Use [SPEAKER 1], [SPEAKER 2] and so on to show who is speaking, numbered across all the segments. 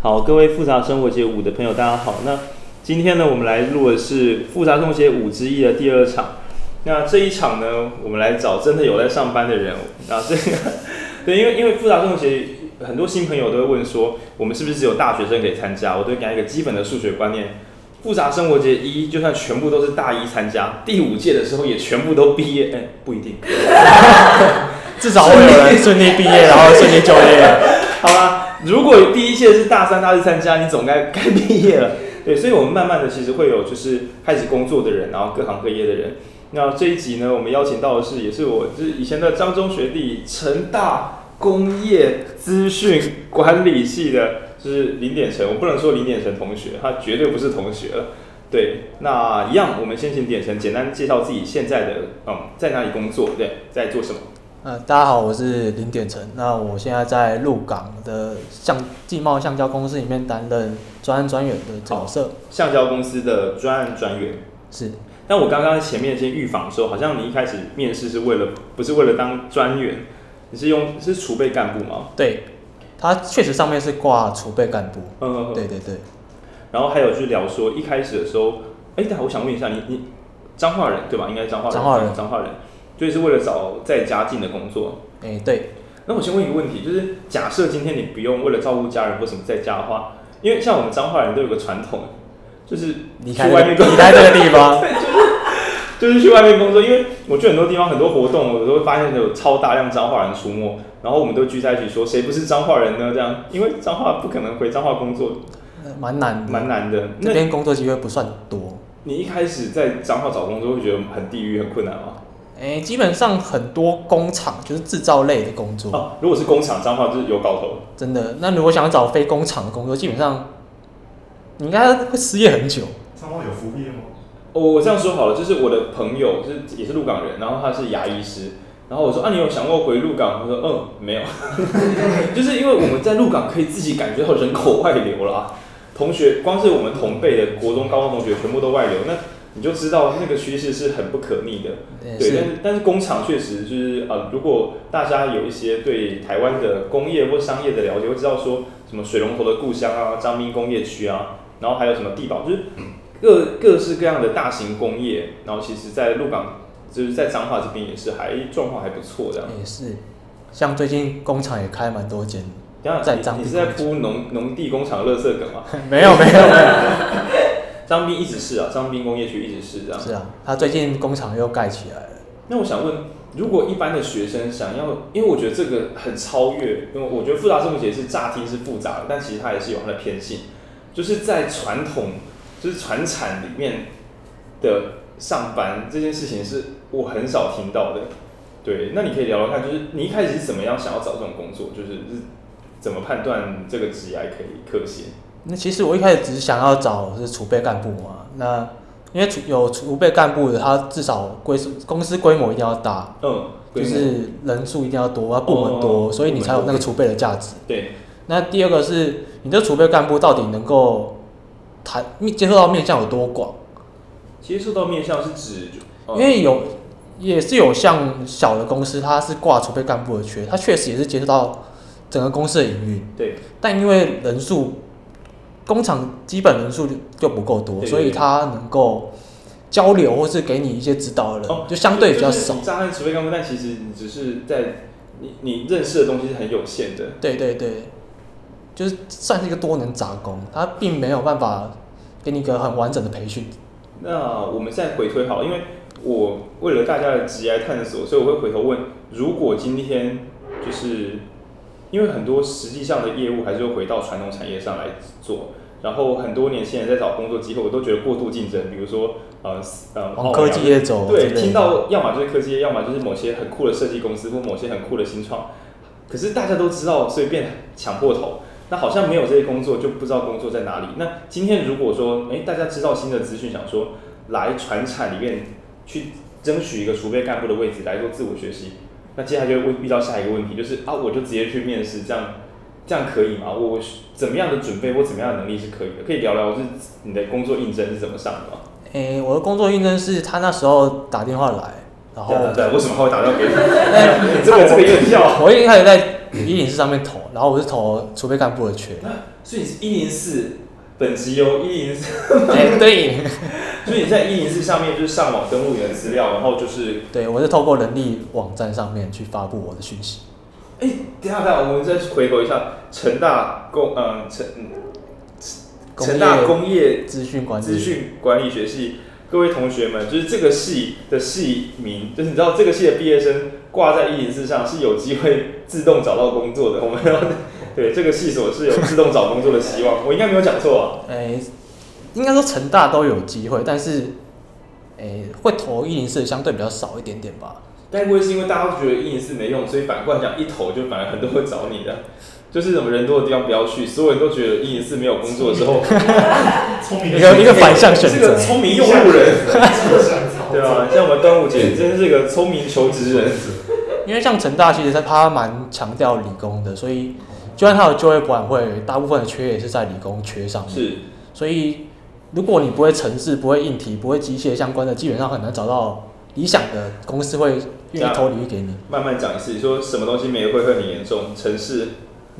[SPEAKER 1] 好，各位复杂生活节五的朋友，大家好。那今天呢，我们来录的是复杂生活节五之一的第二场。那这一场呢，我们来找真的有在上班的人。啊，这个 对，因为因为复杂生活节很多新朋友都会问说，我们是不是只有大学生可以参加？我都会给他一个基本的数学观念。复杂生活节一，就算全部都是大一参加，第五届的时候也全部都毕业，哎、不 一定。
[SPEAKER 2] 至少会有人顺利毕业，然后顺利就 业。
[SPEAKER 1] 好啦，如果第一届是大三、大四参加，你总该该毕业了。 对，所以我们慢慢的其实会有就是开始工作的人，然后各行各业的人。那这一集呢，我们邀请到的是也是我就是以前的张中学弟，成大工业资讯管理系的，就是林典成。我不能说林典成同学，他绝对不是同学了。对，那一样，我们先请典成简单介绍自己现在的嗯在哪里工作，对，在做什么。
[SPEAKER 2] 呃，大家好，我是林典成。那我现在在鹿港的橡地贸橡胶公司里面担任专案专员的角色。
[SPEAKER 1] 橡胶公司的专案专员。
[SPEAKER 2] 是，
[SPEAKER 1] 但我刚刚前面先预防说，好像你一开始面试是为了不是为了当专员，你是用是储备干部吗？
[SPEAKER 2] 对，他确实上面是挂储备干部。
[SPEAKER 1] 嗯，
[SPEAKER 2] 对对对，
[SPEAKER 1] 然后还有就是聊说一开始的时候，哎，但我想问一下，你你彰化人对吧？应该是彰化人，
[SPEAKER 2] 彰化人
[SPEAKER 1] 彰化人，所以是为了找在家近的工作。
[SPEAKER 2] 哎、对，
[SPEAKER 1] 那我先问一个问题，就是假设今天你不用为了照顾家人或什么在家的话，因为像我们彰化人都有个传统，就是
[SPEAKER 2] 离
[SPEAKER 1] 去
[SPEAKER 2] 开这
[SPEAKER 1] 外面
[SPEAKER 2] 个
[SPEAKER 1] 工
[SPEAKER 2] 离开这个地 方，
[SPEAKER 1] 就是去外面工作，因为我去很多地方很多活动，我都会发现有超大量彰化人出没，然后我们都聚在一起说谁不是彰化人呢？这样，因为彰化不可能回彰化工作，
[SPEAKER 2] 呃蛮难的。
[SPEAKER 1] 蛮难的。
[SPEAKER 2] 这
[SPEAKER 1] 那
[SPEAKER 2] 边工作机会不算多。
[SPEAKER 1] 你一开始在彰化找工作会觉得很地狱、很困难吗？
[SPEAKER 2] 哎、基本上很多工厂就是制造类的工作，
[SPEAKER 1] 哦，如果是工厂彰化就是有搞头，
[SPEAKER 2] 真的。那如果想找非工厂的工作，基本上你应该会失业很久。
[SPEAKER 3] 彰化有服务业吗？
[SPEAKER 1] 我哦我这样说好了，就是我的朋友就是也是鹿港人，然后他是牙医师，然后我说啊，你有想过回鹿港？他说嗯，没有， 就是因为我们在鹿港可以自己感觉到人口外流啦。同学，光是我们同辈的国中、高中同学全部都外流，那你就知道那个趋势是很不可逆的。
[SPEAKER 2] 呃
[SPEAKER 1] 对，
[SPEAKER 2] 是
[SPEAKER 1] 但是但是工厂确实就是呃，如果大家有一些对台湾的工业或商业的了解，会知道说什么水龙头的故乡啊、彰滨工业区啊，然后还有什么地堡，就是各各式各样的大型工业，然后其实，在鹿港就是在彰化这边也是还状况还不错这样。
[SPEAKER 2] 也是，像最近工厂也开蛮多间，
[SPEAKER 1] 等一
[SPEAKER 2] 在
[SPEAKER 1] 下
[SPEAKER 2] 彰
[SPEAKER 1] 你
[SPEAKER 2] 滨
[SPEAKER 1] 你是在铺农农地工厂垃圾梗吗？
[SPEAKER 2] 没有没有没
[SPEAKER 1] 彰滨一直是啊，彰滨工业区一直是这样
[SPEAKER 2] 有，。 是啊，他最近工厂又盖起来了，
[SPEAKER 1] 那我想问，如果一般的学生想要，因为我觉得这个很超越，因为我觉得复杂生活节是乍听是复杂的，但其实它也是有它的偏性，就是在传统，就是传产里面的上班这件事情是我很少听到的。对，那你可以聊聊看，就是你一开始是怎么样想要找这种工作，就是是怎么判断这个职业可以可行？
[SPEAKER 2] 那其实我一开始只是想要找是储备干部嘛，那因为储有储备干部的，他至少规公司规模一定要大，
[SPEAKER 1] 嗯，
[SPEAKER 2] 就
[SPEAKER 1] 规模
[SPEAKER 2] 是人数一定要多，要部门多，
[SPEAKER 1] 哦
[SPEAKER 2] 所以你才有那个储备的价值。
[SPEAKER 1] 对，
[SPEAKER 2] 那第二个是你这储备干部到底能够谈面接触到面向有多广？
[SPEAKER 1] 接触到面向是指，
[SPEAKER 2] 因
[SPEAKER 1] 嗯
[SPEAKER 2] 为有也是有像小的公司，它是挂储备干部的缺，它确实也是接触到整个公司的营运，
[SPEAKER 1] 对，
[SPEAKER 2] 但因为人数工厂基本人数就就不够多，
[SPEAKER 1] 对
[SPEAKER 2] 所以它能够交流或是给你一些指导的人、
[SPEAKER 1] 哦
[SPEAKER 2] 就相对比较少
[SPEAKER 1] 就是。你乍看储备干部，但其实你只是在你你认识的东西是很有限的。
[SPEAKER 2] 对对对，就是算是一个多能杂工，它并没有办法给你一个很完整的培训。
[SPEAKER 1] 那我们再回推好了，因为我为了大家的职业探索，所以我会回头问：如果今天就是因为很多实际上的业务还是会回到传统产业上来做，然后很多年轻人在找工作机会，我都觉得过度竞争，比如说呃呃，
[SPEAKER 2] 往科技业走之类
[SPEAKER 1] 对，
[SPEAKER 2] 的，
[SPEAKER 1] 听到要么就是科技业，要么就是某些很酷的设计公司或某些很酷的新创。可是大家都知道，所以变抢破头。那好像没有这些工作，就不知道工作在哪里。那今天如果说，哎、大家知道新的资讯，想说来传产里面去争取一个储备干部的位置来做自我学习，那接下来就会问遇到下一个问题，就是啊，我就直接去面试，这样这样可以吗？我我怎么样的准备或怎么样的能力是可以的？可以聊聊，就是你的工作应征是怎么上的吗？
[SPEAKER 2] 诶、我的工作应征是他那时候打电话来，然后
[SPEAKER 1] 对 对对，为什么他会打电话给你？
[SPEAKER 2] 哎
[SPEAKER 1] 这个这个有点笑。。
[SPEAKER 2] 我一开始在一零四上面投然后我是投储备干部的缺
[SPEAKER 1] 所以你是一零四本集由一零四，
[SPEAKER 2] 哎、对，
[SPEAKER 1] 所以你在一零四上面就是上网登录你的资料，然后就是，
[SPEAKER 2] 对我是透过人力网站上面去发布我的讯息。
[SPEAKER 1] 哎、等一下等一下，我们再回头一下，成大工，嗯、呃，成
[SPEAKER 2] 工
[SPEAKER 1] 成大
[SPEAKER 2] 业
[SPEAKER 1] 工业
[SPEAKER 2] 资讯管理
[SPEAKER 1] 资讯管理学系，各位同学们，就是这个系的系名，就是你知道这个系的毕业生挂在一零四上是有机会自动找到工作的。我们要对这个系所是有自动找工作的希望，我应该没有讲错啊。
[SPEAKER 2] 哎、应该说成大都有机会，但是，哎、会投一零四相对比较少一点点吧。
[SPEAKER 1] 该不会是因为大家都觉得一零四没用，所以反过来讲一投就反而很多人会找你的？ 就是什么人多的地方不要去，所有人都觉得一零四没有工作的时 候，
[SPEAKER 3] 聪明
[SPEAKER 2] 一
[SPEAKER 3] 的
[SPEAKER 2] 个一个反向选
[SPEAKER 1] 这个
[SPEAKER 2] 择，
[SPEAKER 1] 聪明用路人， 对啊
[SPEAKER 3] 对
[SPEAKER 1] 吧、像我们端午节真是个聪明求职人，
[SPEAKER 2] 因为像成大其实它它蛮强调理工的，所以就算它有就业博览会，大部分的缺也是在理工缺上 面。
[SPEAKER 1] 是
[SPEAKER 2] 所以如果你不会程式、不会硬体、不会机械相关的，基本上很难找到理想的公司会愿意投履历给你。
[SPEAKER 1] 慢慢讲一次，你说什么东西没会会很严重？城市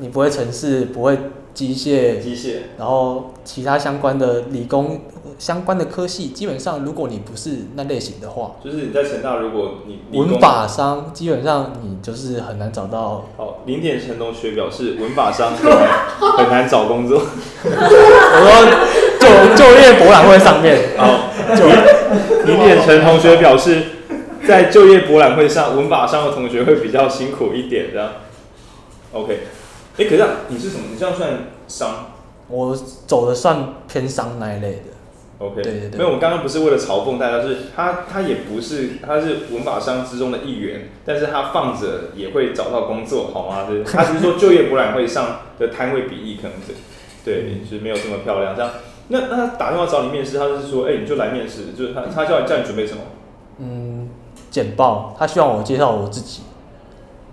[SPEAKER 2] 你不会程式，不会机械，
[SPEAKER 1] 机械
[SPEAKER 2] 然后其他相关的理工呃相关的科系，基本上如果你不是那类型的话，
[SPEAKER 1] 就是你在成大，如果你理工
[SPEAKER 2] 文法商基本上你就是很难找到。
[SPEAKER 1] 好，零点陈同学表示，文法商 很难很难找工作。
[SPEAKER 2] 我说就就业博览会上面，
[SPEAKER 1] 好，零点陈同学表示，在就业博览会上，文法商的同学会比较辛苦一点，这样。OK，哎、可是、啊、你是什么？你这样算商
[SPEAKER 2] 我走的算偏商那一类的。
[SPEAKER 1] ？OK，
[SPEAKER 2] 对对对
[SPEAKER 1] 没有，我刚刚不是为了嘲讽大家，是他他也不是，他是文法商之中的一员，但是他放着也会找到工作，好吗？对，他只是说就业博览会上的摊位比例可能对，对，
[SPEAKER 2] 嗯
[SPEAKER 1] 就是没有这么漂亮这样。那那他打电话找你面试，他就是说，哎、你就来面试，就是他他叫你叫你准备什么？
[SPEAKER 2] 嗯，简报，他希望我介绍我自己，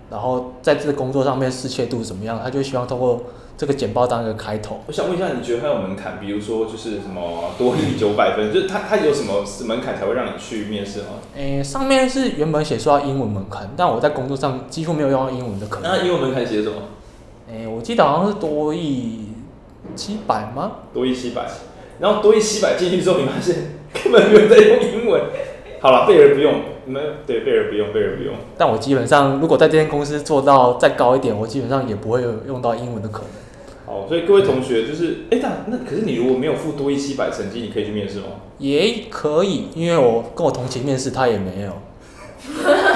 [SPEAKER 2] 然后在这个工作上面适切度怎么样，他就希望通过这个简报当一个开头。
[SPEAKER 1] 我想问一下，你觉得它有门槛？比如说，就是什么多益九百分， 就是它它有什么门槛才会让你去面试吗？
[SPEAKER 2] 诶、上面是原本写说要英文门槛，但我在工作上几乎没有用到英文的可能。
[SPEAKER 1] 那英文门槛写什么？
[SPEAKER 2] 诶、我记得好像是多益七百吗？
[SPEAKER 1] 多益七百，然后多益七百进去之后，你发现根本没有在用英文。 好了，贝尔不用，没有对贝尔不用，贝尔不用。
[SPEAKER 2] 但我基本上如果在这间公司做到再高一点，我基本上也不会有用到英文的可能。
[SPEAKER 1] 好，所以各位同学就是，哎、那那可是你如果没有付多益七百成绩，你可以去面试吗？
[SPEAKER 2] 也可以，因为我跟我同期面试，他也没有，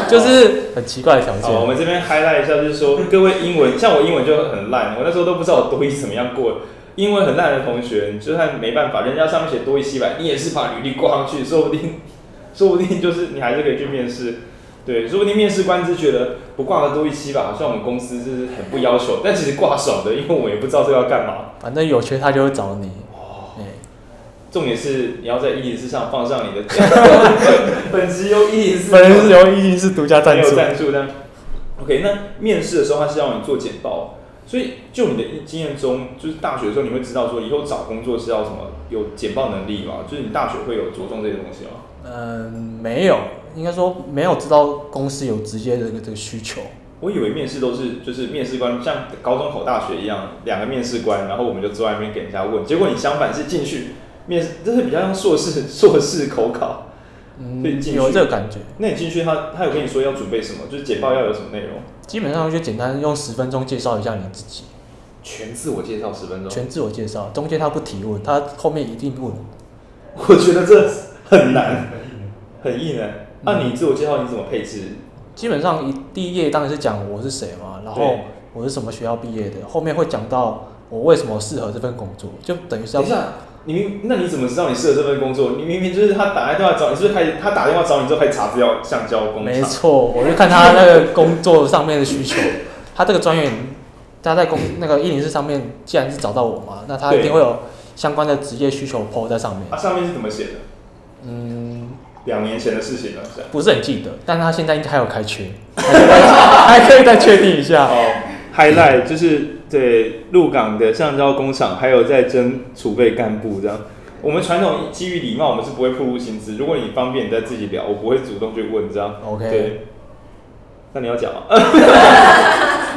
[SPEAKER 2] 就是很奇怪的条件。
[SPEAKER 1] 好，我们这边 highlight 一下，就是说各位英文，像我英文就很烂，我那时候都不知道我多益怎么样过。英文很烂的同学，你就算没办法，人家上面写多益七百，你也是把履历挂上去，说不定， 说不定就是你还是可以去面试。对，说不定面试官是觉得不挂个多益七百，好像我们公司就是很不要求，但其实挂爽的，因为我也不知道这要干嘛。
[SPEAKER 2] 反正有缺他就会找你。哎
[SPEAKER 1] 重点是你要在一零四上放上你的， 本集由一零四
[SPEAKER 2] 本人是由一零是独家
[SPEAKER 1] 没
[SPEAKER 2] 赞
[SPEAKER 1] 有
[SPEAKER 2] 助。
[SPEAKER 1] 赞助但 OK，那面试的时候他是让你做简报，所以就你的经验中，就是大学的时候你会知道说以后找工作是要什么有简报能力嘛？就是你大学会有着重这些东西吗？
[SPEAKER 2] 嗯，没有，应该说没有知道公司有直接的这个这个需求。
[SPEAKER 1] 我以为面试都是就是面试官像高中考大学一样，两个面试官，然后我们就坐在那边给人家问，结果你相反是进去面试，这是比较像硕士硕士口考。
[SPEAKER 2] 嗯
[SPEAKER 1] 所以进，去
[SPEAKER 2] 有这个感觉。
[SPEAKER 1] 那你进去他他有跟你说要准备什么，就是简报要有什么内容？
[SPEAKER 2] 基本上就简单用十分钟介绍一下你自己，
[SPEAKER 1] 全自我介绍十分钟，
[SPEAKER 2] 全自我介绍，中间他不提问，他后面一定问。
[SPEAKER 1] 我觉得这很难。很硬哎、那、你自我介绍你怎么配置？
[SPEAKER 2] 基本上一第一页当然是讲我是谁嘛，然后
[SPEAKER 1] 对
[SPEAKER 2] 我是什么学校毕业的，后面会讲到我为什么适合这份工作，就等于是要
[SPEAKER 1] 等一下，你明那你怎么知道你适合这份工作？你明明就是他打电话找你，是不是开始他打电话找你之后开始查资料，橡胶工
[SPEAKER 2] 没
[SPEAKER 1] 厂？
[SPEAKER 2] 错，我就看他那个工作上面的 需求，他这个专员，他在工那个一零四上面，既然是找到我嘛，那他
[SPEAKER 1] 对
[SPEAKER 2] 一定会有相关的职业需求 PO 在上面
[SPEAKER 1] 啊，。上面是怎么写的？
[SPEAKER 2] 嗯，
[SPEAKER 1] 两年前的事情了，是吧
[SPEAKER 2] 不是很记得，但是他现在应该还有开缺， 还可以再还可以再确定一下。
[SPEAKER 1] 哦，highlight 就是对鹿港的橡胶工厂，还有在征储备干部这样。我们传统基于礼貌，我们是不会暴露薪资。如果你方便，你再自己聊，我不会主动去问这样。
[SPEAKER 2] OK
[SPEAKER 1] 对，那你要讲吗？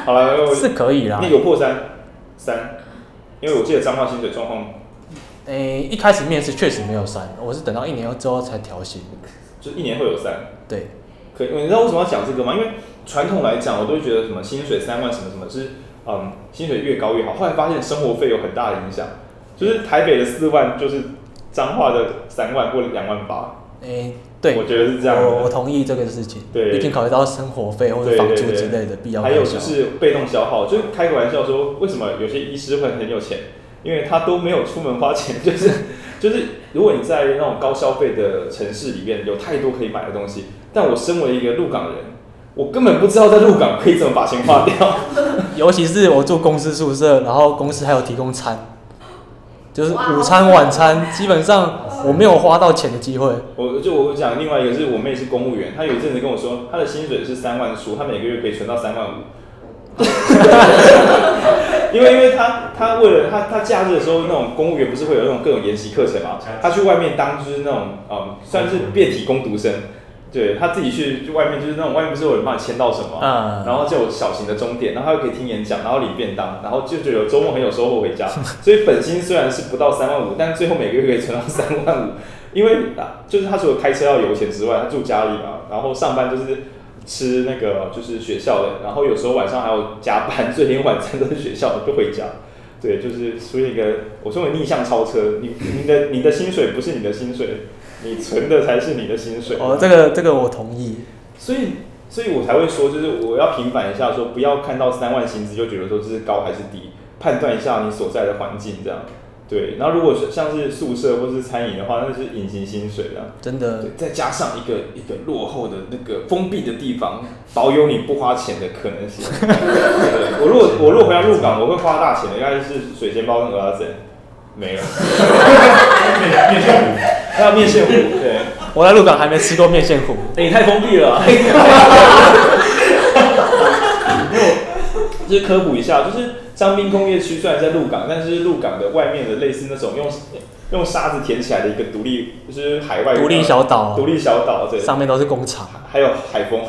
[SPEAKER 1] 好了，我
[SPEAKER 2] 是可以啦
[SPEAKER 1] 那。有破三三，因为我记得彰化薪水状况
[SPEAKER 2] 诶、一开始面试确实没有删，我是等到一年之后才调薪。
[SPEAKER 1] 就是一年会有三。
[SPEAKER 2] 对，
[SPEAKER 1] 可你知道为什么要讲这个吗？因为传统来讲，我都会觉得什么薪水三万什么什么是，嗯，薪水越高越好。后来发现生活费有很大的影响，就是台北的四万就是彰化的三万或者两万八，
[SPEAKER 2] 诶、对，
[SPEAKER 1] 我觉得是这样的
[SPEAKER 2] 我我同意这个事情，
[SPEAKER 1] 对
[SPEAKER 2] 毕竟考虑到生活费或者
[SPEAKER 1] 对
[SPEAKER 2] 房
[SPEAKER 1] 对
[SPEAKER 2] 租
[SPEAKER 1] 对
[SPEAKER 2] 之类的必要
[SPEAKER 1] 还
[SPEAKER 2] 开
[SPEAKER 1] 有
[SPEAKER 2] 销
[SPEAKER 1] 就。是被动消耗，就是开个玩笑说，为什么有些医师会很有钱？因为他都没有出门花钱， 就是就是，如果你在那种高消费的城市里面，有太多可以买的东西，但我身为一个鹿港人，我根本不知道在鹿港可以怎么把钱花掉。
[SPEAKER 2] 尤其是我住公司宿舍，然后公司还有提供餐，就是
[SPEAKER 3] 哇
[SPEAKER 2] 午餐、晚餐，基本上我没有花到钱的机会。
[SPEAKER 1] 我就我讲另外一个是我妹是公务员，她有一阵子跟我说，她的薪水是三万出，她每个月可以存到三万五。因为因为她她为了她她假日的时候，那种公务员不是会有那种各种研习课程嘛，她去外面当就是那种嗯，算是遍体工读生，对她自己去去外面就是那种外面不是有人帮你签到什么，
[SPEAKER 2] 嗯
[SPEAKER 1] 然后就有小型的钟点，然后又可以听演讲，然后领便当，然后就觉得周末很有收获回 家。所以本薪虽然是不到三万五，但最后每个月可以存到三万五，因为啊就是他除了开车要油钱之外，他住家里嘛，然后上班就是吃那个就是学校的，然后有时候晚上还要加班，所以连晚餐都是学校的，就回家。对，就是出现一个我说为逆向超车，你你的你的薪水不是你的薪水，你存的才是你的薪水。
[SPEAKER 2] 哦，这个这个我同意。
[SPEAKER 1] 所以，所以我才会说，就是我要平反一下说不要看到三万薪资就觉得说这是高还是低，判断一下你所在的环境这样。对，然后如果是像是宿舍或是餐饮的话，那是隐形薪水这样。
[SPEAKER 2] 真的
[SPEAKER 1] 对，，再加上一个一个落后的那个封闭的地方，保有你不花钱的可能性。对我如果我如果回到鹿港，我会花大钱的，应该是水煎包跟蚵仔煎，没有，
[SPEAKER 4] 面向你
[SPEAKER 1] 还有面线糊。对，
[SPEAKER 2] 我在鹿港还没吃过面线糊。
[SPEAKER 1] 哎、你太封闭了。就是科普一下，就是彰滨工业区虽然在鹿港，但是鹿港的外面的类似那种用用沙子填起来的一个独立，就是海外
[SPEAKER 2] 独立小岛
[SPEAKER 1] 啊独立小岛，对，
[SPEAKER 2] 上面都是工厂，
[SPEAKER 1] 还有海风，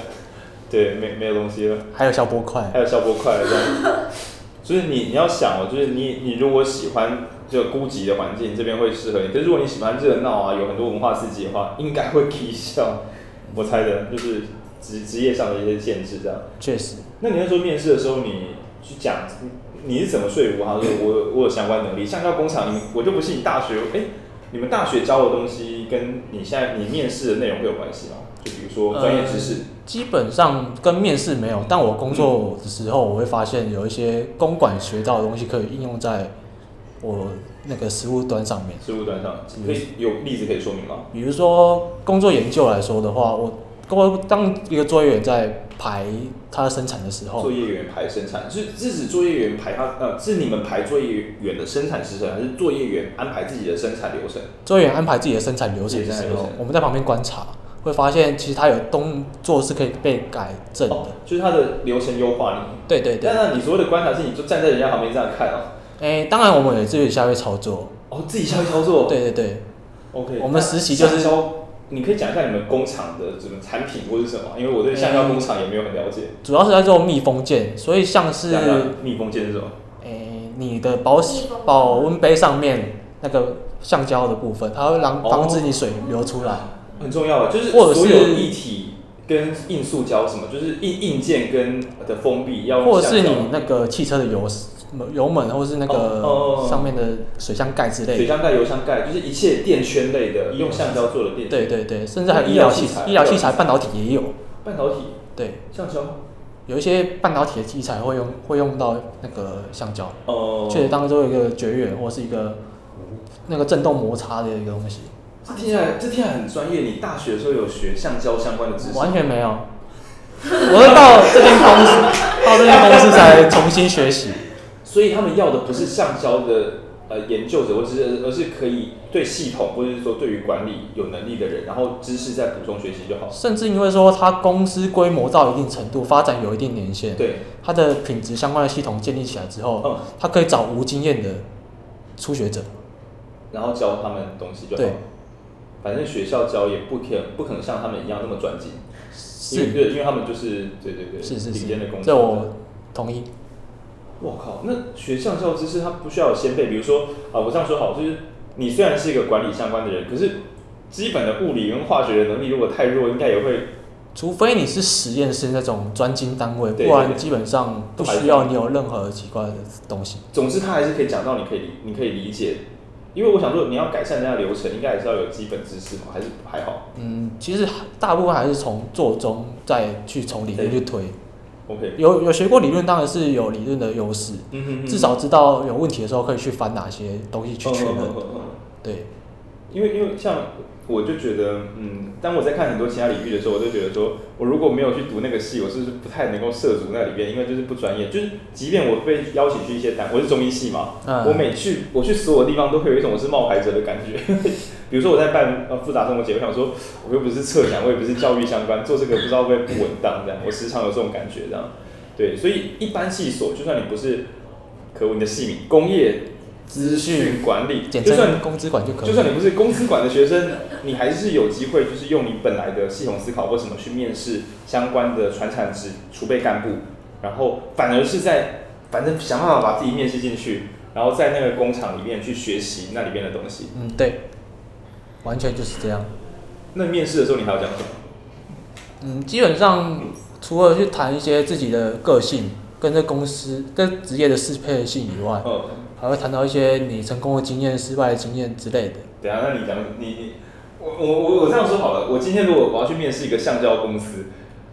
[SPEAKER 1] 对，没没有东西了。
[SPEAKER 2] 还有消波块。
[SPEAKER 1] 还有消波块这样。就是你你要想哦，就是你你如果喜欢这个孤寂的环境，这边会适合你。可是如果你喜欢热闹啊，有很多文化刺激的话，应该会 k 笑。我猜的，就是职职业上的一些限制这样。
[SPEAKER 2] 确实，
[SPEAKER 1] 那你那时候面试的时候，你去讲你你是怎么说服他说我有我有相关能力？像到工厂，你们我就不信你大学哎、你们大学教的东西跟你现在你面试的内容会有关系吗？就比如说专业知识，
[SPEAKER 2] 呃基本上跟面试没有，但我工作的时候，我会发现有一些公馆学到的东西可以应用在我那个实物端上面。
[SPEAKER 1] 实务端上，可以有例子可以说明吗？
[SPEAKER 2] 比如说工作研究来说的话，我我当一个作业员在排它生产的时候
[SPEAKER 1] 作，业员排生产，是是指作业员排他呃，是你们排作业员的生产时程，还是作业员安排自己的生产流程？
[SPEAKER 2] 作业员安排自己的生产流程
[SPEAKER 1] 自己
[SPEAKER 2] 的时
[SPEAKER 1] 的生
[SPEAKER 2] 候
[SPEAKER 1] 产，
[SPEAKER 2] 我们在旁边观察，会发现其实它有动作是可以被改正的
[SPEAKER 1] 哦。，就是他的流程优化你。
[SPEAKER 2] 对对对，
[SPEAKER 1] 但那你所谓的观察是，你就站在人家旁边这样看哦，
[SPEAKER 2] 哎、当然我们也自己下会操作。
[SPEAKER 1] 哦，自己下去操作。
[SPEAKER 2] 对对对，
[SPEAKER 1] ，OK。
[SPEAKER 2] 我们实习就是
[SPEAKER 1] 橡胶，你可以讲一下你们工厂的什么产品或是什么？因为我对橡胶工厂也没有很了解。
[SPEAKER 2] 主要是在做密封件，所以像是
[SPEAKER 1] 讲
[SPEAKER 2] 哎
[SPEAKER 1] 讲密封件是什么？
[SPEAKER 2] 你的保
[SPEAKER 3] 密封
[SPEAKER 2] 保温杯上面那个橡胶的部分，它会让
[SPEAKER 1] 哦
[SPEAKER 2] 防止你水流出来。
[SPEAKER 1] 很重要的，啊就是
[SPEAKER 2] 或者是
[SPEAKER 1] 所有液体跟硬塑胶什么，就是硬硬件跟的封闭要用
[SPEAKER 2] 或者是
[SPEAKER 1] 橡胶
[SPEAKER 2] 你那个汽车的油油门，或是那
[SPEAKER 1] 哦哦
[SPEAKER 2] 个
[SPEAKER 1] 哦
[SPEAKER 2] 上面的水箱盖之类
[SPEAKER 1] 水
[SPEAKER 2] 的。
[SPEAKER 1] 箱盖、油箱盖，就是一切电圈类的，用橡胶做的电。，
[SPEAKER 2] 对对对，甚至还有医
[SPEAKER 1] 医
[SPEAKER 2] 疗
[SPEAKER 1] 疗
[SPEAKER 2] 器
[SPEAKER 1] 器材
[SPEAKER 2] 医疗器
[SPEAKER 1] 医疗器
[SPEAKER 2] 材、
[SPEAKER 1] 材
[SPEAKER 2] 半导体也有。
[SPEAKER 1] 半导体、
[SPEAKER 2] 对，
[SPEAKER 1] 橡胶，
[SPEAKER 2] 有一些半导体的器材会用会用到那个橡胶，
[SPEAKER 1] 哦、
[SPEAKER 2] 确实当做一个绝缘或是一个那个振动摩擦的一个东西，
[SPEAKER 1] 这听起来这听起来很专业。你大学的时候有学橡胶相关的知识？
[SPEAKER 2] 完全没有。我是到这间 公司，到这间公司才重新学习。
[SPEAKER 1] 所以他们要的不是橡胶的呃研究者，或者是而是可以对系统或者是说对于管理有能力的人，然后知识再补充学习就好。
[SPEAKER 2] 甚至因为说它公司规模到一定程度，发展有一定年限，
[SPEAKER 1] 对，
[SPEAKER 2] 它的品质相关的系统建立起来之后，
[SPEAKER 1] 嗯，
[SPEAKER 2] 它可以找无经验的初学者。
[SPEAKER 1] 然后教他们东西就好
[SPEAKER 2] 对。
[SPEAKER 1] 反正学校教也不可不可能像他们一样那么专精，因为
[SPEAKER 2] 是
[SPEAKER 1] 对，因为他们就是对对对，
[SPEAKER 2] 是是
[SPEAKER 1] 顶尖的
[SPEAKER 2] 是
[SPEAKER 1] 工，作。
[SPEAKER 2] 这我同意。
[SPEAKER 1] 我靠，那学上校知识它不需要有先辈，比如说啊，我这样说好，就是你虽然是一个管理相关的人，可是基本的物理跟化学的能力如果太弱，应该也会
[SPEAKER 2] 除非你是实验室那种专精单位，不
[SPEAKER 1] 对对
[SPEAKER 2] 然
[SPEAKER 1] 对
[SPEAKER 2] 基本上不需要你有任何奇怪的东西。
[SPEAKER 1] 总之，他还是可以讲到你可以理，你可以理解。因为我想说，你要改善人家的流程，应该还是要有基本知识嘛，还是还好
[SPEAKER 2] 嗯，其实大部分还是从做中再去从理论去推。
[SPEAKER 1] ？OK，
[SPEAKER 2] 有有学过理论，当然是有理论的优势，
[SPEAKER 1] 嗯哼
[SPEAKER 2] 至少知道有问题的时候可以去翻哪些东西去
[SPEAKER 1] 嗯
[SPEAKER 2] 确认
[SPEAKER 1] 嗯。嗯嗯嗯
[SPEAKER 2] 对，
[SPEAKER 1] 因为因为像我就觉得，嗯，当我在看很多其他领域的时候，我就觉得说，我如果没有去读那个系，我是不太能够涉足那里边，因为就是不专业。就是即便我被邀请去一些单，我是中医系嘛，
[SPEAKER 2] 嗯
[SPEAKER 1] 我每去我去所有地方都会有一种我是冒牌者的感觉。 比如说我在办呃复杂生活节，我想说，我又不是策展，我也不是教育相关，做这个不知道会不会不稳当这样。我时常有这种感觉这样。对，所以一般系所，就算你不是可恶你的系名工业
[SPEAKER 2] 资讯
[SPEAKER 1] 管理，
[SPEAKER 2] 简
[SPEAKER 1] 就算
[SPEAKER 2] 称工资管就可以
[SPEAKER 1] 就
[SPEAKER 2] 了
[SPEAKER 1] 算。你不是公司管的学生，你还是有机会，就是用你本来的系统思考或什么去面试相关的传产职储备干部，然后反而是在反正想办法把自己面试进去，然后在那个工厂里面去学习那里面的东西。
[SPEAKER 2] 嗯，对，完全就是这样。
[SPEAKER 1] 那面试的时候你还要讲什么？
[SPEAKER 2] 嗯，基本上除了去谈一些自己的个性跟这公司跟职业的适配性以外，
[SPEAKER 1] 哦，
[SPEAKER 2] 还会谈到一些你成功的经验、失败的经验之类的。
[SPEAKER 1] 等一下，那你讲你你我我我我这样说好了，我今天如果我要去面试一个橡胶公司，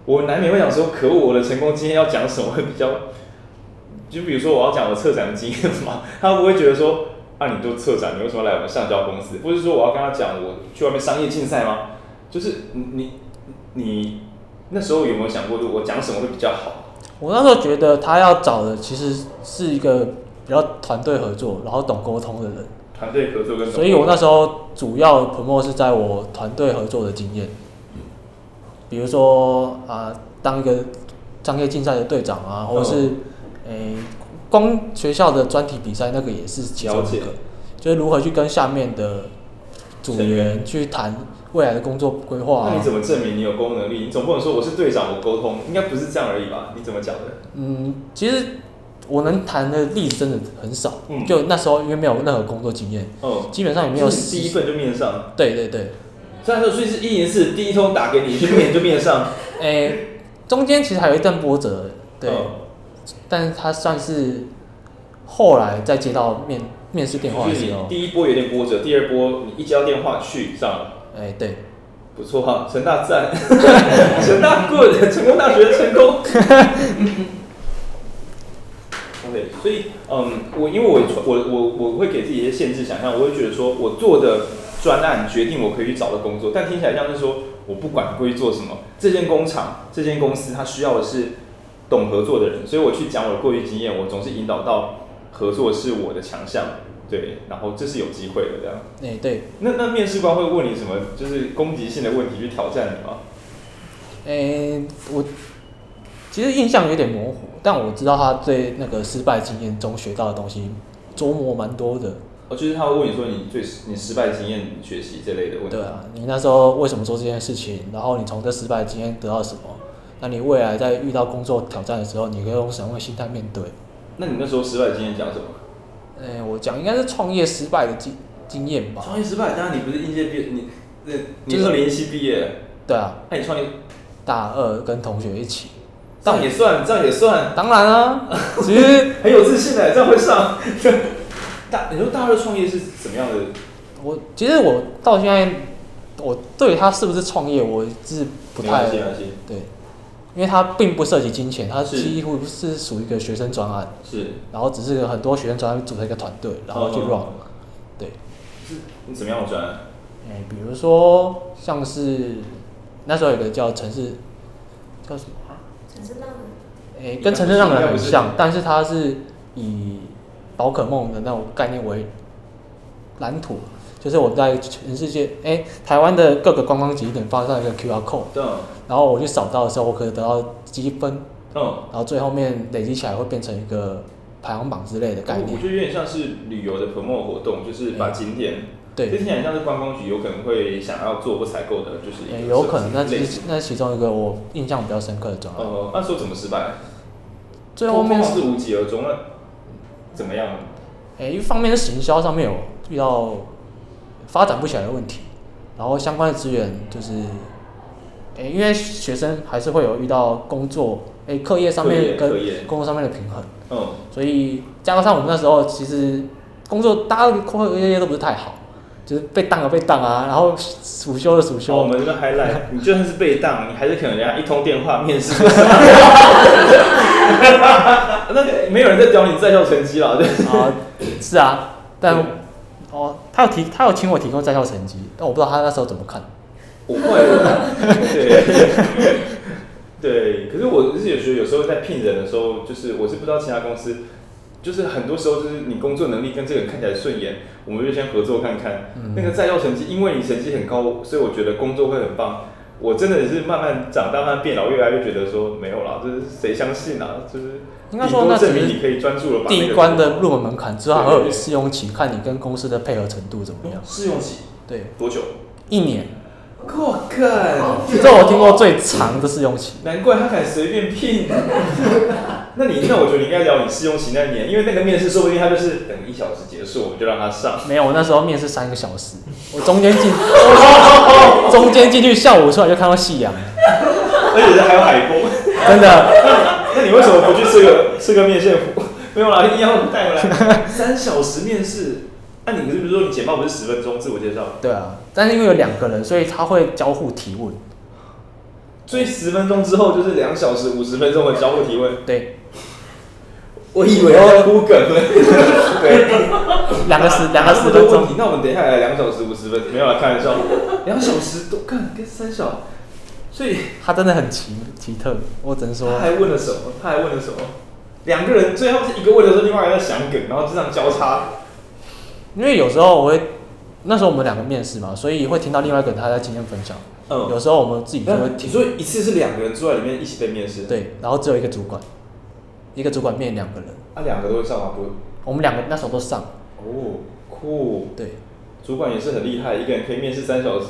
[SPEAKER 1] 我难免会想说，可恶，我的成功经验要讲什么会比较？就比如说我要讲我策展的经验嘛， 他不会觉得说，啊，你做策展，你为什么要来我们橡胶公司？或是说我要跟他讲我去外面商业竞赛吗？就是你你你那时候有没有想过，就我讲什么会比较好？
[SPEAKER 2] 我那时候觉得他要找的其实是一个比较团队合作，然后懂沟通的人，
[SPEAKER 1] 团队合作跟什么
[SPEAKER 2] 所以我那时候主要 promo 是在我团队合作的经验，比如说啊、当一个商业竞赛的队长啊，
[SPEAKER 1] 嗯
[SPEAKER 2] 或者是诶、光学校的专题比赛那个也是其中
[SPEAKER 1] 了
[SPEAKER 2] 一
[SPEAKER 1] 解
[SPEAKER 2] 个，就是如何去跟下面的组
[SPEAKER 1] 成
[SPEAKER 2] 员去谈未来的工作规划、
[SPEAKER 1] 那
[SPEAKER 2] 啊
[SPEAKER 1] 你，怎么证明你有沟通能力？你总不能说我是队长，我沟通，应该不是这样而已吧？你怎么讲的？
[SPEAKER 2] 嗯，其实我能谈的例子真的很少，
[SPEAKER 1] 嗯
[SPEAKER 2] 就那时候因为没有任何工作经验，
[SPEAKER 1] 嗯，
[SPEAKER 2] 基本上也没
[SPEAKER 1] 没
[SPEAKER 2] 有
[SPEAKER 1] 有
[SPEAKER 2] 实
[SPEAKER 1] 第一份就面上，
[SPEAKER 2] 对对对，
[SPEAKER 1] 虽然说所以是一年四第一通打给你，去面就面上，
[SPEAKER 2] 诶、中间其实还有一段波折，对，
[SPEAKER 1] 嗯
[SPEAKER 2] 但是他算是后来再接到面面试电话
[SPEAKER 1] 就
[SPEAKER 2] 的
[SPEAKER 1] 是
[SPEAKER 2] 时
[SPEAKER 1] 你
[SPEAKER 2] 候，
[SPEAKER 1] 第一波有点波折，第二波你一接到电话去上了，
[SPEAKER 2] 诶、对，
[SPEAKER 1] 不错哈、成大赞， 成大 good，成功大学成功。OK，所以嗯，我因为我我我我会给自己一些限制想象，我会觉得说我做的专案决定我可以去找的工作，但听起来像是说我不管会去做什么，这间工厂这间公司它需要的是懂合作的人，所以我去讲我的过去经验，我总是引导到合作是我的强项，对，然后这是有机会的这样。
[SPEAKER 2] 诶、对，
[SPEAKER 1] 那那面试官会问你什么？就是攻击性的问题去挑战你吗？
[SPEAKER 2] 诶、我其实印象有点模糊，但我知道他对那个失败经验中学到的东西琢磨蛮多的，
[SPEAKER 1] 哦，就是他会问你说你最你失败经验学习这类的问题。
[SPEAKER 2] 对啊，你那时候为什么做这件事情？然后你从这失败经验得到什么？那你未来在遇到工作挑战的时候，你可以用什么样的心态面对？
[SPEAKER 1] 那你那时候失败经验讲什么？
[SPEAKER 2] 哎、我讲应该是创业失败的经经验吧。
[SPEAKER 1] 创业失败，当然你不是应届毕业，你那
[SPEAKER 2] 就
[SPEAKER 1] 你
[SPEAKER 2] 是
[SPEAKER 1] 二零一七毕业，
[SPEAKER 2] 对啊，
[SPEAKER 1] 那你创业，
[SPEAKER 2] 大二跟同学一起，
[SPEAKER 1] 这样也算，这样也算，
[SPEAKER 2] 当然啊， 其实
[SPEAKER 1] 很有自信的，这样会上。 大，你说大二创业是怎么样的？
[SPEAKER 2] 我其实我到现在，我对他是不是创业，我是不
[SPEAKER 1] 没关
[SPEAKER 2] 太
[SPEAKER 1] 系没关系
[SPEAKER 2] 对，因为它并不涉及金钱，它
[SPEAKER 1] 是
[SPEAKER 2] 几乎是属于一个学生专案，
[SPEAKER 1] 是
[SPEAKER 2] 然后只是很多学生专案组成一个团队，然后去 run，、
[SPEAKER 1] 哦
[SPEAKER 2] 对。
[SPEAKER 1] 是你怎么样的专案？
[SPEAKER 2] 哎、比如说像是那时候有个叫城市，叫什么啊？
[SPEAKER 3] 陈志浪的
[SPEAKER 2] 哎、跟城市让人很像，但是它是以宝可梦的那种概念为蓝图，就是我在全世界哎、台湾的各个观光景点放上一个 QR code，
[SPEAKER 1] 这样，
[SPEAKER 2] 然后我去扫到的时候，我可以得到积分，
[SPEAKER 1] 嗯，
[SPEAKER 2] 然后最后面累积起来会变成一个排行榜之类的概
[SPEAKER 1] 我我
[SPEAKER 2] 念
[SPEAKER 1] 觉。得有点像是旅游的 promo 活动，就是把景点，
[SPEAKER 2] 对
[SPEAKER 1] 这听起来像是观光局有可能会想要做或采购的，就是
[SPEAKER 2] 哎
[SPEAKER 1] 一个
[SPEAKER 2] 有可能，
[SPEAKER 1] 设
[SPEAKER 2] 那
[SPEAKER 1] 计类
[SPEAKER 2] 是那是其中一个我印象比较深刻的转案。
[SPEAKER 1] 呃，那时候怎么失败？
[SPEAKER 2] 最后面
[SPEAKER 1] 哦通通是无疾而终了，怎么样？
[SPEAKER 2] 诶，一方面是行销上面有遇到发展不起来的问题，然后相关的资源就是，诶，因为学生还是会有遇到工作，诶，课业上
[SPEAKER 1] 课业
[SPEAKER 2] 面跟
[SPEAKER 1] 课业
[SPEAKER 2] 工作上面的平衡，
[SPEAKER 1] 嗯，
[SPEAKER 2] 所以加上我们那时候其实工作大家的课业都不是太好，就是被当了被当啊，然后暑休的暑
[SPEAKER 1] 像哦我
[SPEAKER 2] 休，
[SPEAKER 1] 们这个 highlight，你就算是被当，你还是可能人家一通电话面试就上。那没有人在屌你在校成绩了，对。
[SPEAKER 2] 啊，是啊，但
[SPEAKER 1] 对
[SPEAKER 2] 哦，他有提他有请我提供在校成绩，但我不知道他那时候怎么看。
[SPEAKER 1] 我会，对，对。可是我是有觉得有时候在聘人的时候，就是我是不知道其他公司，就是很多时候就是你工作能力跟这个人看起来顺眼，我们就先合作看看。
[SPEAKER 2] 嗯
[SPEAKER 1] 那个在校成绩，因为你成绩很高，所以我觉得工作会很棒。我真的是慢慢长大，慢慢变老，越来越觉得说没有啦，就是谁相信啊？就是
[SPEAKER 2] 应该
[SPEAKER 1] 顶
[SPEAKER 2] 说
[SPEAKER 1] 多
[SPEAKER 2] 那只
[SPEAKER 1] 证明
[SPEAKER 2] 是
[SPEAKER 1] 你可以专注了把
[SPEAKER 2] 第
[SPEAKER 1] 那
[SPEAKER 2] 一
[SPEAKER 1] 个
[SPEAKER 2] 关
[SPEAKER 1] 做
[SPEAKER 2] 的
[SPEAKER 1] 好
[SPEAKER 2] 入门门槛之后，还有试用期，看你跟公司的配合程度怎么样。
[SPEAKER 1] 试用期
[SPEAKER 2] 对，
[SPEAKER 1] 多久？
[SPEAKER 2] 一年，
[SPEAKER 1] 我靠！
[SPEAKER 2] 这我听过最长的试用期。
[SPEAKER 1] 难怪他敢随便 聘。那你那我觉得你应该聊你试用期那年，因为那个面试说不定他就是等一小时结束，我们就让他上。
[SPEAKER 2] 没有，我那时候面试三个小时，我中间进， 中间进去，下午出来就看到夕阳，
[SPEAKER 1] 而且这还有海风。
[SPEAKER 2] 真的。
[SPEAKER 1] 那你为什么不去吃个吃个面线糊？没有啦，硬要带回 来。三小时面试，那、你不是不是说你简报不是十分钟自我介绍？
[SPEAKER 2] 对啊，但是因为有两个人，所以他会交互提问。
[SPEAKER 1] 所以十分钟之后就是两小时五十分钟的交互提问。
[SPEAKER 2] 对，
[SPEAKER 1] 我以为要哭梗了。 对，
[SPEAKER 2] 两个十两个十
[SPEAKER 1] 哪那么
[SPEAKER 2] 分
[SPEAKER 1] 多问
[SPEAKER 2] 钟
[SPEAKER 1] 题。那我们等一下来两小时五十分，没有啦，开玩笑。两小时多干跟三小，所以。
[SPEAKER 2] 他真的很奇奇特，我只能说
[SPEAKER 1] 他，还问了什么？他还问了什么？两个人最后是一个问的时候，另外一个在想梗，然后就这样交叉。
[SPEAKER 2] 因为有时候我会，那时候我们两个面试嘛，所以会听到另外一个人他在经验分享。有
[SPEAKER 1] 嗯，
[SPEAKER 2] 时候我们自己就会听
[SPEAKER 1] 你。说一次是两个人坐在里面一起被面试，，
[SPEAKER 2] 对，然后只有一个主管，一个主管面两个人，
[SPEAKER 1] 啊，两个都会上吗？不会，
[SPEAKER 2] 我们两个那时候都上，
[SPEAKER 1] 哦，酷，
[SPEAKER 2] 对，
[SPEAKER 1] 主管也是很厉害，一个人可以面试三小时。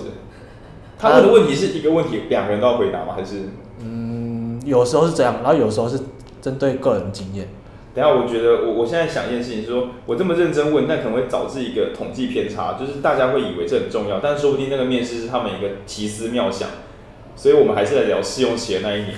[SPEAKER 1] 他问的问题是一个问题，两个人都要回答吗？还是？
[SPEAKER 2] 嗯，有时候是这样，然后有时候是针对个人经验，
[SPEAKER 1] 等一下，我觉得我我现在想一件事情说，我这么认真问，那可能会导致一个统计偏差，就是大家会以为这很重要，但说不定那个面试是他们一个奇思妙想，所以我们还是来聊试用期的那一年，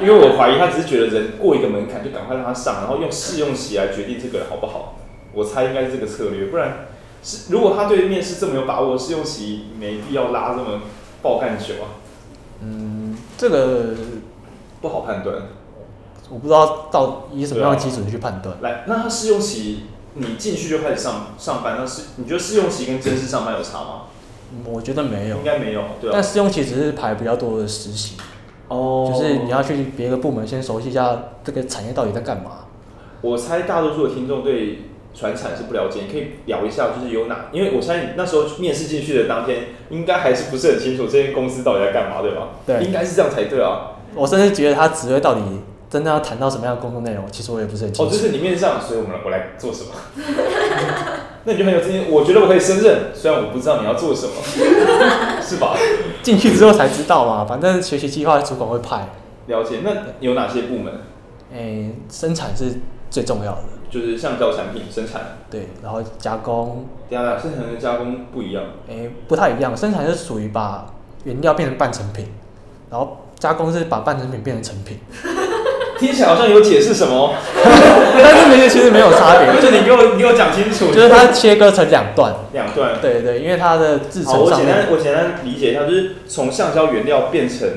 [SPEAKER 1] 因为我怀疑他只是觉得人过一个门槛就赶快让他上，然后用试用期来决定这个人好不好，我猜应该是这个策略，不然是如果他对面试这么有把握，试用期没必要拉这么爆干久啊，
[SPEAKER 2] 嗯，这个
[SPEAKER 1] 不好判断。
[SPEAKER 2] 我不知道到以什么样的基准去判断，
[SPEAKER 1] 来，那他试用期你进去就开始上上班，那是你觉得试用期跟正式上班有差吗？
[SPEAKER 2] 嗯我觉得没有
[SPEAKER 1] 应，该没有，对
[SPEAKER 2] 但
[SPEAKER 1] 啊。
[SPEAKER 2] 试用期只是排比较多的实习，
[SPEAKER 1] 哦
[SPEAKER 2] 就是你，要去别的部门先熟悉一下这个产业到底在干嘛，
[SPEAKER 1] 我猜大多数的听众对传产是不了解，你可以聊一下，就是有哪，因为我相信那时候面试进去的当天，应该还是不是很清楚这间公司到底在干嘛，对吧？
[SPEAKER 2] 对
[SPEAKER 1] 应该是这样才对啊。
[SPEAKER 2] 我甚至觉得他职位到底真的要谈到什么样的工作内容，其实我也不是很
[SPEAKER 1] 哦，就
[SPEAKER 2] 清楚，
[SPEAKER 1] 是你面上，所以我们来我来做什么？ 那你就很有自信，我觉得我可以胜任，虽然我不知道你要做什么，是吧？
[SPEAKER 2] 进去之后才知道嘛，反正学习计划主管会派，
[SPEAKER 1] 了解，那有哪些部门？
[SPEAKER 2] 诶、生产是最重要的。
[SPEAKER 1] 就是橡胶产品生产，
[SPEAKER 2] 对，然后加工，
[SPEAKER 1] 对啊，生产跟加工不一样。
[SPEAKER 2] 诶、不太一样，生产是属于把原料变成半成品，然后加工是把半成品变成成品，
[SPEAKER 1] 听起来好像有解释什么，
[SPEAKER 2] 但是没有，其实没有差别，
[SPEAKER 1] 就你给我，你给我讲清楚。
[SPEAKER 2] 就是它切割成两段，
[SPEAKER 1] 两段。
[SPEAKER 2] 对对，因为它的制
[SPEAKER 1] 好，
[SPEAKER 2] 成
[SPEAKER 1] 我
[SPEAKER 2] 上
[SPEAKER 1] 简
[SPEAKER 2] 面
[SPEAKER 1] 单，我简单理解一下，就是从橡胶原料变成，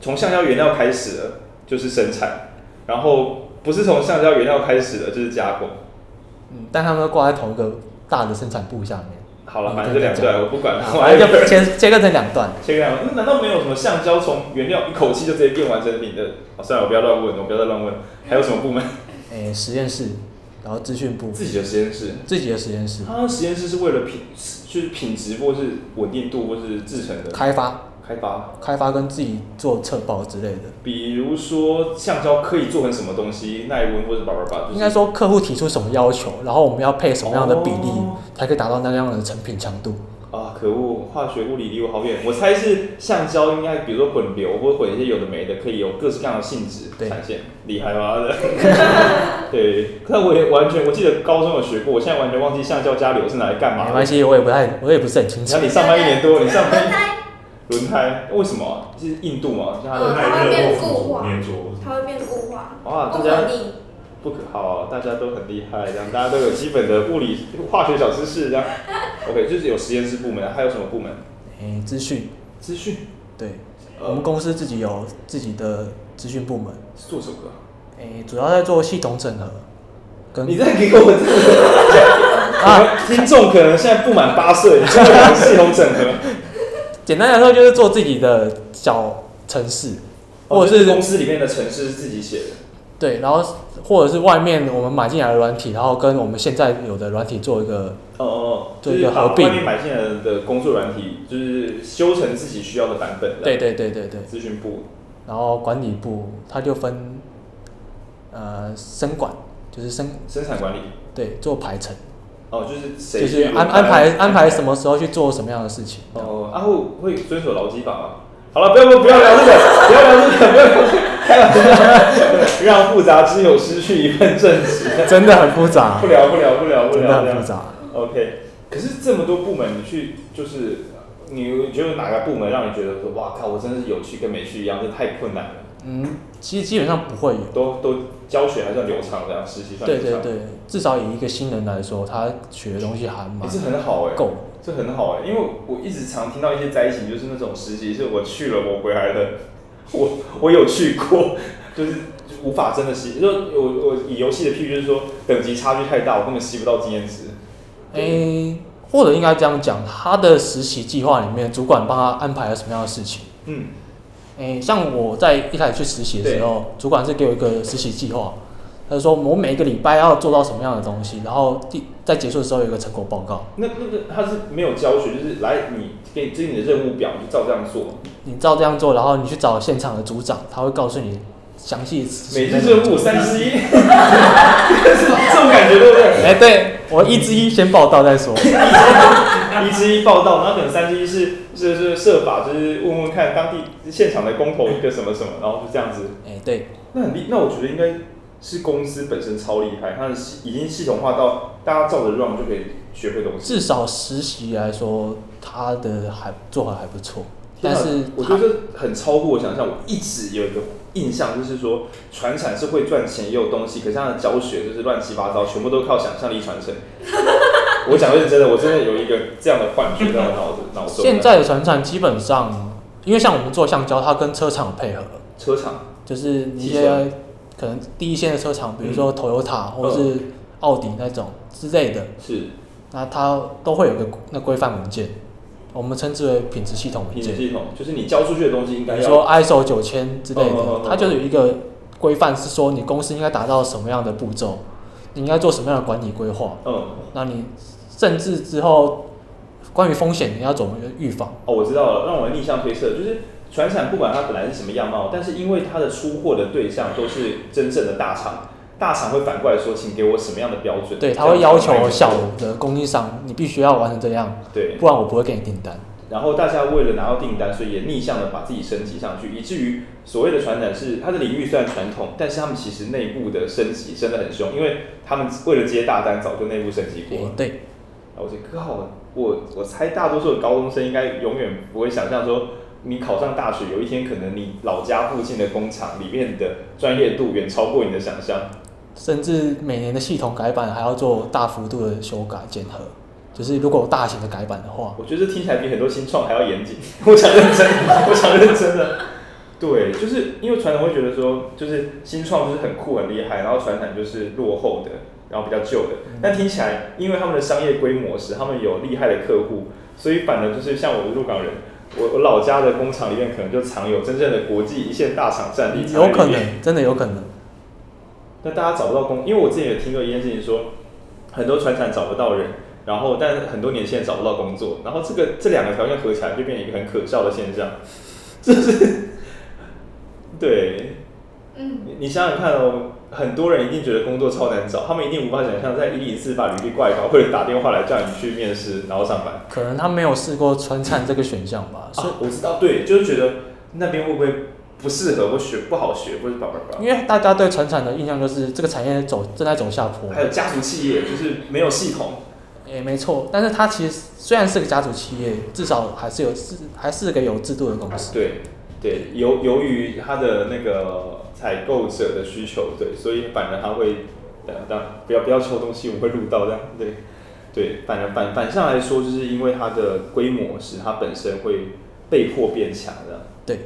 [SPEAKER 1] 从橡胶原料开始的，就是生产，然后不是从橡胶原料开始的，就是加工。
[SPEAKER 2] 嗯，但它们都挂在同一个大的生产部下面，
[SPEAKER 1] 好了，反正这两段我不管， 我还
[SPEAKER 2] 反
[SPEAKER 1] 有
[SPEAKER 2] 正就切切割成两段，
[SPEAKER 1] 前两段，那嗯难道没有什么橡胶从原料一口气就直接变完成品的？哦，算了，我不要乱问，我不要再乱问。还有什么部门？
[SPEAKER 2] 诶、实验室，然后资讯部，
[SPEAKER 1] 自己的实验室。
[SPEAKER 2] 自己的实验室，
[SPEAKER 1] 它实验室是为了品，就是品质或是稳定度或是制成的
[SPEAKER 2] 开发
[SPEAKER 1] 开发。
[SPEAKER 2] 开发跟自己做测报之类的。
[SPEAKER 1] 比如说橡胶可以做成什么东西，耐温或者叭叭叭，就是
[SPEAKER 2] 应该说客户提出什么要求，然后我们要配什么样的比例
[SPEAKER 1] 哦，
[SPEAKER 2] 才可以达到那样的成品强度。
[SPEAKER 1] 啊，可恶，化学、物理离我好远。我猜是橡胶应该，比如说混流或混一些有的没的，可以有各式各样的性质
[SPEAKER 2] 对
[SPEAKER 1] 产现，厉害吗？ 对，但我也完全，我记得高中有学过，我现在完全忘记橡胶加硫是拿来干嘛的。
[SPEAKER 2] 没关系，我也不太，我也不是很清
[SPEAKER 1] 你
[SPEAKER 2] 楚
[SPEAKER 1] 看。你上班一年多，你上班
[SPEAKER 3] 轮胎
[SPEAKER 1] 轮胎为什么啊？就是印度嘛，就它的
[SPEAKER 3] 嗯
[SPEAKER 4] 耐热或腐粘着，
[SPEAKER 3] 它会变固化，
[SPEAKER 1] 哇，
[SPEAKER 3] 不
[SPEAKER 1] 大
[SPEAKER 3] 可
[SPEAKER 1] 家
[SPEAKER 3] 逆。
[SPEAKER 1] 不可好，大家都很厉害，这样大家都有基本的物理、化学小知识，这样。OK，就是有实验室部门，还有什么部门？
[SPEAKER 2] 诶、资讯，
[SPEAKER 1] 资讯
[SPEAKER 2] 对，
[SPEAKER 1] 呃
[SPEAKER 2] 我们公司自己有自己的资讯部门，
[SPEAKER 1] 是做什么的啊？
[SPEAKER 2] 诶、主要在做系统整合，跟
[SPEAKER 1] 你再给我这个
[SPEAKER 2] 啊
[SPEAKER 1] 听众可能现在不满八岁，你这个系统整 合，
[SPEAKER 2] 简单来说就是做自己的小城市，或
[SPEAKER 1] 哦
[SPEAKER 2] 者、
[SPEAKER 1] 就是公司里面的程式是自己写的，
[SPEAKER 2] 对，然后或者是外面我们买进来的软体，然后跟我们现在有的软体做一个，
[SPEAKER 1] 哦哦，就
[SPEAKER 2] 对
[SPEAKER 1] 是
[SPEAKER 2] 就
[SPEAKER 1] 把
[SPEAKER 2] 合并
[SPEAKER 1] 外面买进来的工作软体，就是修成自己需要的版本。
[SPEAKER 2] 对，对对对对，
[SPEAKER 1] 资讯部
[SPEAKER 2] 然后管理部它就分，呃，生管就是生
[SPEAKER 1] 生产管理，
[SPEAKER 2] 对做排程，
[SPEAKER 1] 哦，就是谁
[SPEAKER 2] 就是
[SPEAKER 1] 去
[SPEAKER 2] 安安排安排什么时候去做什么样的 事情，
[SPEAKER 1] 哦，啊会会遵守劳基法吗？好了，不要不要聊这个， 不要聊这个，不要聊这个，开玩笑， 让复杂之友失去一份正直。
[SPEAKER 2] 真的很复杂
[SPEAKER 1] 不，聊不聊不聊不
[SPEAKER 2] 真
[SPEAKER 1] 聊，
[SPEAKER 2] 的
[SPEAKER 1] 不
[SPEAKER 2] 很
[SPEAKER 1] 聊
[SPEAKER 2] 复。杂。
[SPEAKER 1] OK，可是这么多部门，你去就是你觉得哪个部门让你觉得说哇靠，我真的是有去跟没去一样，这太困难了。
[SPEAKER 2] 嗯，其实基本上不会有。
[SPEAKER 1] 都都教学还算流畅，这样实习算
[SPEAKER 2] 对
[SPEAKER 1] 流
[SPEAKER 2] 对
[SPEAKER 1] 畅，
[SPEAKER 2] 对，至少以一个新人来说，他学的东西还
[SPEAKER 1] 也
[SPEAKER 2] 蛮
[SPEAKER 1] 是很好哎、
[SPEAKER 2] 够。
[SPEAKER 1] 这很好哎、因为我一直常听到一些灾情，就是那种实习是我去了我回来的， 我我有去过， 就是无法真的吸，就我我以游戏的譬喻就是说等级差距太大，我根本吸不到经验值。
[SPEAKER 2] 诶、哎或者应该这样讲，他的实习计划里面，主管帮他安排了什么样的事情？
[SPEAKER 1] 嗯，
[SPEAKER 2] 诶、像我在一开始去实习的时候，主管是给我一个实习计划，他就说我每一个礼拜要做到什么样的东西，然后第在结束的时候有一个成果报告。
[SPEAKER 1] 那那个他是没有教学，就是来你给这是你的任务表，你就照这样做。
[SPEAKER 2] 你照这样做，然后你去找现场的组长，他会告诉你详细实
[SPEAKER 1] 每
[SPEAKER 2] 习
[SPEAKER 1] 日
[SPEAKER 2] 在哪
[SPEAKER 1] 任务三之一，是 这种感觉对不对？
[SPEAKER 2] 哎、对我一之一先报道再说。
[SPEAKER 1] 一之一报道，然后可能三之一是是是设法，就是问问看当地现场的公投一个什么什么，然后就这样子。
[SPEAKER 2] 哎、对，
[SPEAKER 1] 那很厉，那我觉得应该是公司本身超厉害，它的系已经系统化到大家照着 run 就可以学会东西。
[SPEAKER 2] 至少实习来说，他的还做法还不错，但
[SPEAKER 1] 天
[SPEAKER 2] 是
[SPEAKER 1] 哪我觉
[SPEAKER 2] 他
[SPEAKER 1] 得这很超乎我想象。我一直有一个印象，就是说传产是会赚钱也有东西，可是它的教学就是乱七八糟，全部都靠想象力传承。 我讲的认真的，我真的有一个这样的幻觉在我脑子脑中。
[SPEAKER 2] 现在的船厂基本上，因为像我们做橡胶，它跟车厂配合，
[SPEAKER 1] 车厂
[SPEAKER 2] 就是一
[SPEAKER 1] 汽
[SPEAKER 2] 些
[SPEAKER 1] 车嗯
[SPEAKER 2] 可能第一线的车厂，比如说 Toyota 或是奥迪那种之类的，
[SPEAKER 1] 是
[SPEAKER 2] 那它都会有个那规范文件，我们称之为品质系统文
[SPEAKER 1] 品
[SPEAKER 2] 件
[SPEAKER 1] 质，系统，就是你教出去的东西应
[SPEAKER 2] 比
[SPEAKER 1] 该
[SPEAKER 2] 如
[SPEAKER 1] 要
[SPEAKER 2] 说 ISO 九千之类
[SPEAKER 1] 嗯嗯嗯
[SPEAKER 2] 的
[SPEAKER 1] 嗯，
[SPEAKER 2] 它就是有一个规范是说你公司应该达到什么样的步骤，你应该做什么样的管理规划。
[SPEAKER 1] 嗯。
[SPEAKER 2] 那你甚至之后关于风险你要怎么预防？
[SPEAKER 1] 哦，我知道了，让我逆向推测，就是船产不管它本来是什么样貌，但是因为它的出货的对象都是真正的大厂，大厂会反过来说，请给我什么样的标准？
[SPEAKER 2] 对，他
[SPEAKER 1] 这样
[SPEAKER 2] 会
[SPEAKER 1] 子
[SPEAKER 2] 要
[SPEAKER 1] 我卖
[SPEAKER 2] 求
[SPEAKER 1] 给
[SPEAKER 2] 小
[SPEAKER 1] 你
[SPEAKER 2] 的供应商，你必须要完成这样，
[SPEAKER 1] 对，
[SPEAKER 2] 不然我不会给你订单。
[SPEAKER 1] 然后大家为了拿到订单，所以也逆向的把自己升级上去，以至于所谓的传产是它的领域虽然传统，但是他们其实内部的升级升得很凶，因为他们为了接大单，早就内部升级过了
[SPEAKER 2] 诶。对，
[SPEAKER 1] 啊然后我就靠，我我猜大多数的高中生应该永远不会想象说，你考上大学，有一天可能你老家附近的工厂里面的专业度远超过你的想象。
[SPEAKER 2] 甚至每年的系统改版还要做大幅度的修改检核，就是如果有大型的改版的话，
[SPEAKER 1] 我觉得这听起来比很多新创还要严谨。我想认真， 我想认真的。对，就是因为传统会觉得说，就是新创就是很酷很厉害，然后传统就是落后的，然后比较旧的。
[SPEAKER 2] 嗯
[SPEAKER 1] 但听起来，因为他们的商业规模使他们有厉害的客户，所以反而就是像我们鹿港人，我我老家的工厂里面可能就藏有真正的国际一线大厂战力，
[SPEAKER 2] 嗯有可。能真的有可能。
[SPEAKER 1] 那大家找不到工，因为我之前也听过一件事情说，很多船厂找不到人，然后但很多年轻人找不到工作，然后这个这两个条件合起来 就变成一个很可笑的现象，就是对，
[SPEAKER 3] 嗯，
[SPEAKER 1] 你你想想看哦，很多人一定觉得工作超难找，他们一定无法想象在一零四把履历挂一挂，或者打电话来叫你去面试，然后上班。
[SPEAKER 2] 可能他没有试过川灿这个选项吧，所以
[SPEAKER 1] 啊，我知道，对，就是觉得那边会不会不适合，或学不好学，或者叭叭叭。
[SPEAKER 2] 因为大家对川产的印象就是这个产业走正在走下坡，
[SPEAKER 1] 还有家族企业，就是没有系统，
[SPEAKER 2] 也、没错，但是它其实虽然是个家族企业，至少还是有制，还是个有制度的公司。
[SPEAKER 1] 对对，由由于它的那个采购者的需求，对，所以反而它会当当不要不要抽东西，我会录到这样，对对，反而反反向来说，就是因为它的规模使它本身会被迫变强的。
[SPEAKER 2] 对，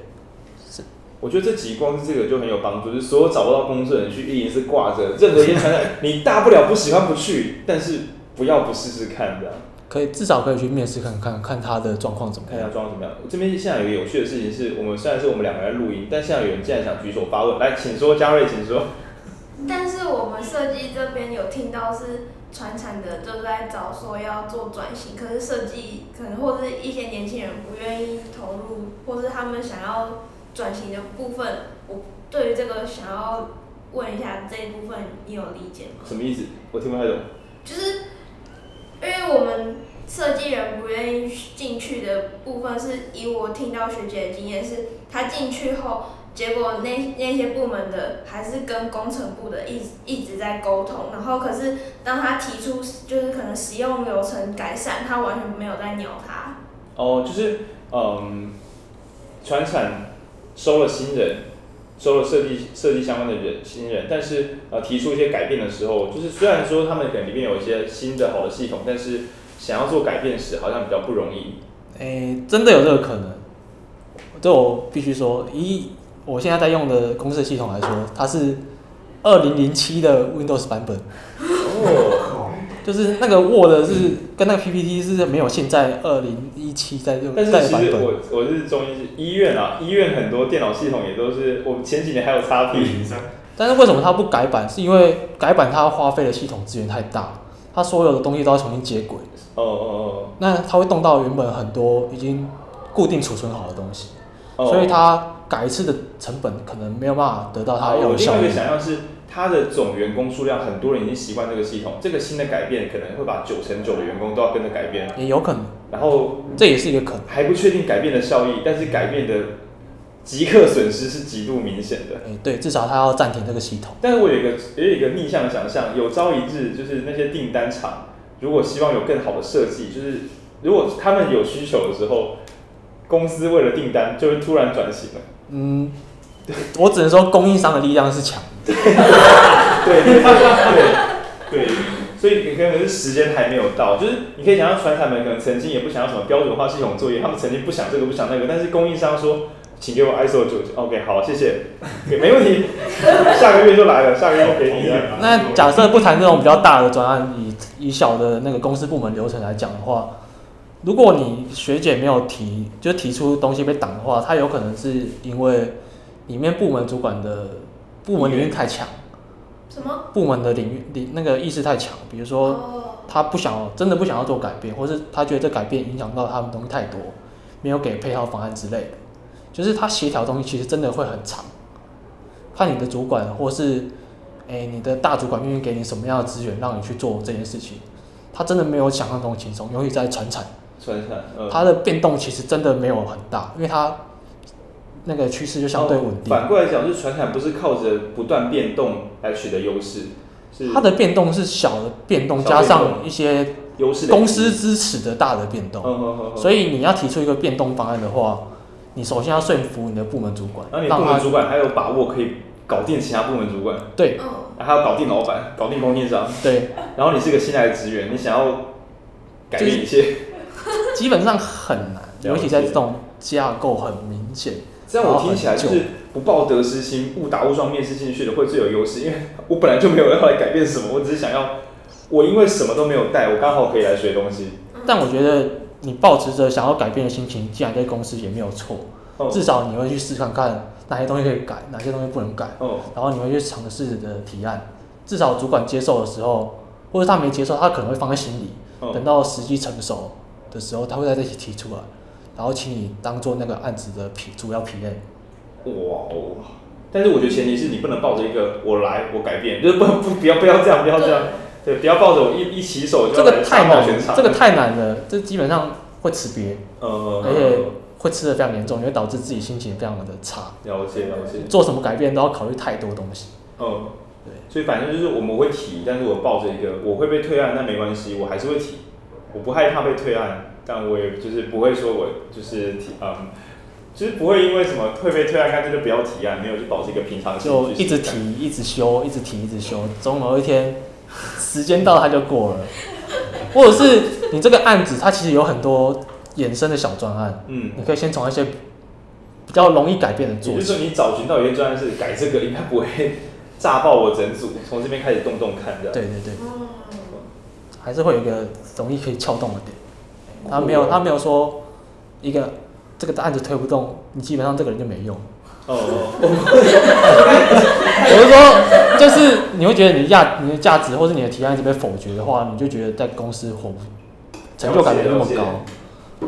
[SPEAKER 1] 我觉得这集光是这个就很有帮助，就是所有找不到工作的人去一零四挂着，任何一间传染， 你大不了不喜欢不去，但是不要不试试看这样。
[SPEAKER 2] 可以至少可以去面试看看，看他的状况怎么
[SPEAKER 1] 看一下
[SPEAKER 2] 样。
[SPEAKER 1] 状况怎么样。这边现在有一个有趣的事情是，我们虽然是我们两个人录音，但现在有人竟然想举手发问，来，请说，嘉瑞，请说。
[SPEAKER 3] 但是我们设计这边有听到是传产的，就是在找说要做转型，可是设计可能或是一些年轻人不愿意投入，或是他们想要转型的部分，我对于这个想要问一下这一部分，你有理解吗？
[SPEAKER 1] 什么意思？我听不太懂。
[SPEAKER 3] 就是因为我们设计人不愿意进去的部分，是以我听到学姐的经验是，她进去后，结果那那些部门的还是跟工程部的一直一直在沟通，然后可是当她提出就是可能使用流程改善，她完全没有在鸟他。
[SPEAKER 1] 哦，就是嗯，船产收了新人，收了设计设计相关的人新人，但是呃提出一些改变的时候，就是虽然说他们可能里面有一些新的好的系统，但是想要做改变时好像比较不容易。
[SPEAKER 2] 诶、真的有这个可能。这我必须说，以我现在在用的公司的系统来说，它是二零零七的 Windows 版本，
[SPEAKER 1] 哦，
[SPEAKER 4] 靠
[SPEAKER 2] 就是那个 Word 是
[SPEAKER 1] 嗯
[SPEAKER 2] 跟那个 PPT 是没有现在二零一七在用
[SPEAKER 1] 但是
[SPEAKER 2] 在的
[SPEAKER 1] 其
[SPEAKER 2] 版
[SPEAKER 1] 实
[SPEAKER 2] 本。
[SPEAKER 1] 我我是中医医院啊，医院很多电脑系统也都是我们前几年还有
[SPEAKER 4] 二
[SPEAKER 1] x P，
[SPEAKER 4] 零三，
[SPEAKER 2] 但是为什么它不改版？是因为改版它花费的系统资源太大，它所有的东西都要重新接轨，
[SPEAKER 1] 哦哦
[SPEAKER 2] 那它会动到原本很多已经固定储存好的东西。
[SPEAKER 1] 哦，
[SPEAKER 2] 所以它改一次的成本可能没有办法得到它要
[SPEAKER 1] 哦我
[SPEAKER 2] 的
[SPEAKER 1] 另
[SPEAKER 2] 效
[SPEAKER 1] 外一
[SPEAKER 2] 益
[SPEAKER 1] 个。想象是，它的总员工数量，很多人已经习惯这个系统，这个新的改变可能会把九成九的员工都要跟着改变，
[SPEAKER 2] 也有可能，
[SPEAKER 1] 然后
[SPEAKER 2] 这也是一个可能。
[SPEAKER 1] 还不确定改变的效益，但是改变的即刻损失是极度明显的。
[SPEAKER 2] 哎、对，至少它要暂停这个系统。
[SPEAKER 1] 但是我有一个也有一个逆向的想象，有朝一日就是那些订单厂，如果希望有更好的设计，就是如果他们有需求的时候，公司为了订单就会突然转型了。
[SPEAKER 2] 嗯，我只能说供应商的力量是强。
[SPEAKER 1] 对对对对，所以可能是时间还没有到，就是你可以想象传产们可能曾经也不想要什么标准化系统作业，他们曾经不想这个不想那个，但是供应商说，请给我 ISO 九，OK，好，谢谢，没问题，下个月就来了，下个月就给你 了。
[SPEAKER 2] 那假设不谈这种比较大的专案，以以小的那个公司部门流程来讲的话，如果你学姐没有提，就提出东西被挡的话，它有可能是因为里面部门主管的部门领域太强，
[SPEAKER 3] 什么？
[SPEAKER 2] 部门的领域领那个意识太强，比如说。
[SPEAKER 3] 哦，
[SPEAKER 2] 他不想要真的不想要做改变，或是他觉得这改变影响到他们东西太多，没有给配套方案之类的，就是他协调东西其实真的会很长，看你的主管或是诶、你的大主管愿意给你什么样的资源让你去做这件事情，他真的没有想象中轻松，尤其在传产，
[SPEAKER 1] 传产，嗯，
[SPEAKER 2] 它的变动其实真的没有很大，因为它那个趋势就相对稳定，
[SPEAKER 1] 哦反过来讲，就是传产不是靠着不断变动来取得优势，是
[SPEAKER 2] 它的变动是小的变动
[SPEAKER 1] 小变
[SPEAKER 2] 加
[SPEAKER 1] 动
[SPEAKER 2] 上一些
[SPEAKER 1] 优势累积
[SPEAKER 2] 公司，支持的大的变动
[SPEAKER 1] 嗯。嗯嗯嗯，
[SPEAKER 2] 所以你要提出一个变动方案的话，你首先要说服你的部门主管，
[SPEAKER 1] 然后你
[SPEAKER 2] 让
[SPEAKER 1] 部门
[SPEAKER 2] 他
[SPEAKER 1] 主管还有把握可以搞定其他部门主管，
[SPEAKER 2] 对
[SPEAKER 3] 嗯，
[SPEAKER 1] 还要搞定老板，搞定供应商。
[SPEAKER 2] 对，
[SPEAKER 1] 然后你是个新来的职员，你想要改变一 切，
[SPEAKER 2] 基本上很难，
[SPEAKER 1] 解
[SPEAKER 2] 尤其在这种架构很明显，
[SPEAKER 1] 这样我听起来就是不抱得失心，误打误撞面试进去的会最有优势，因为我本来就没有要来改变什么，我只是想要，我因为什么都没有带，我刚好可以来学东西。
[SPEAKER 2] 但我觉得你保持着想要改变的心情，既然在公司也没有错，
[SPEAKER 1] 哦
[SPEAKER 2] 至少你会去试看看哪些东西可以改，哪些东西不能改，
[SPEAKER 1] 哦
[SPEAKER 2] 然后你会去尝试的提案，至少主管接受的时候，或者他没接受，他可能会放在心里，
[SPEAKER 1] 哦
[SPEAKER 2] 等到时机成熟的时候，他会在这里提出来，然后请你当做那个案子的主要 PA。
[SPEAKER 1] 哇哦，但是我觉得前提是你不能抱着一个我来我改变，就是不不不要不要这样不要这样，对，不要抱着我一一起手就
[SPEAKER 2] 这
[SPEAKER 1] 要来大
[SPEAKER 2] 个太
[SPEAKER 1] 爆
[SPEAKER 2] 难
[SPEAKER 1] 全
[SPEAKER 2] 了
[SPEAKER 1] 场，，嗯
[SPEAKER 2] 这个太难了，这基本上会吃瘪，
[SPEAKER 1] 呃，
[SPEAKER 2] 而且会吃的非常严重，也会导致自己心情非常的差。
[SPEAKER 1] 了解了解，
[SPEAKER 2] 做什么改变都要考虑太多东西。
[SPEAKER 1] 嗯，
[SPEAKER 2] 对，
[SPEAKER 1] 所以反正就是我们会提，但是我抱着一个我会被退案，那没关系，我还是会提，我不害怕被退案，但我也就是不会说我就是提，嗯，就是不会因为什么会被退案，干脆就不要提案，没有就保持一个平啊常心
[SPEAKER 2] 就
[SPEAKER 1] 去
[SPEAKER 2] 一直
[SPEAKER 1] 想
[SPEAKER 2] 提，一直修，一直提，一直修，总有一天时间到它就过了。或者是你这个案子，它其实有很多衍生的小专案，
[SPEAKER 1] 嗯，
[SPEAKER 2] 你可以先从一些比较容易改变的
[SPEAKER 1] 也
[SPEAKER 2] 做
[SPEAKER 1] 就是
[SPEAKER 2] 起。
[SPEAKER 1] 说你找寻到一些专案是改这个，应该不会 炸爆我整组，从这边开始动动看这样。
[SPEAKER 2] 对对对，
[SPEAKER 3] 嗯，
[SPEAKER 2] 还是会有一个容易可以撬动的点。
[SPEAKER 1] 啊
[SPEAKER 2] 他没有，他没有说一个这个案子推不动，你基本上这个人就没 用。
[SPEAKER 1] 哦哦，
[SPEAKER 2] 我是说，就是你会觉得你价你的价值或是你的提案一直被否决的话，你就觉得在公司活不成就感没那么
[SPEAKER 1] 了解了
[SPEAKER 2] 高。
[SPEAKER 1] 哦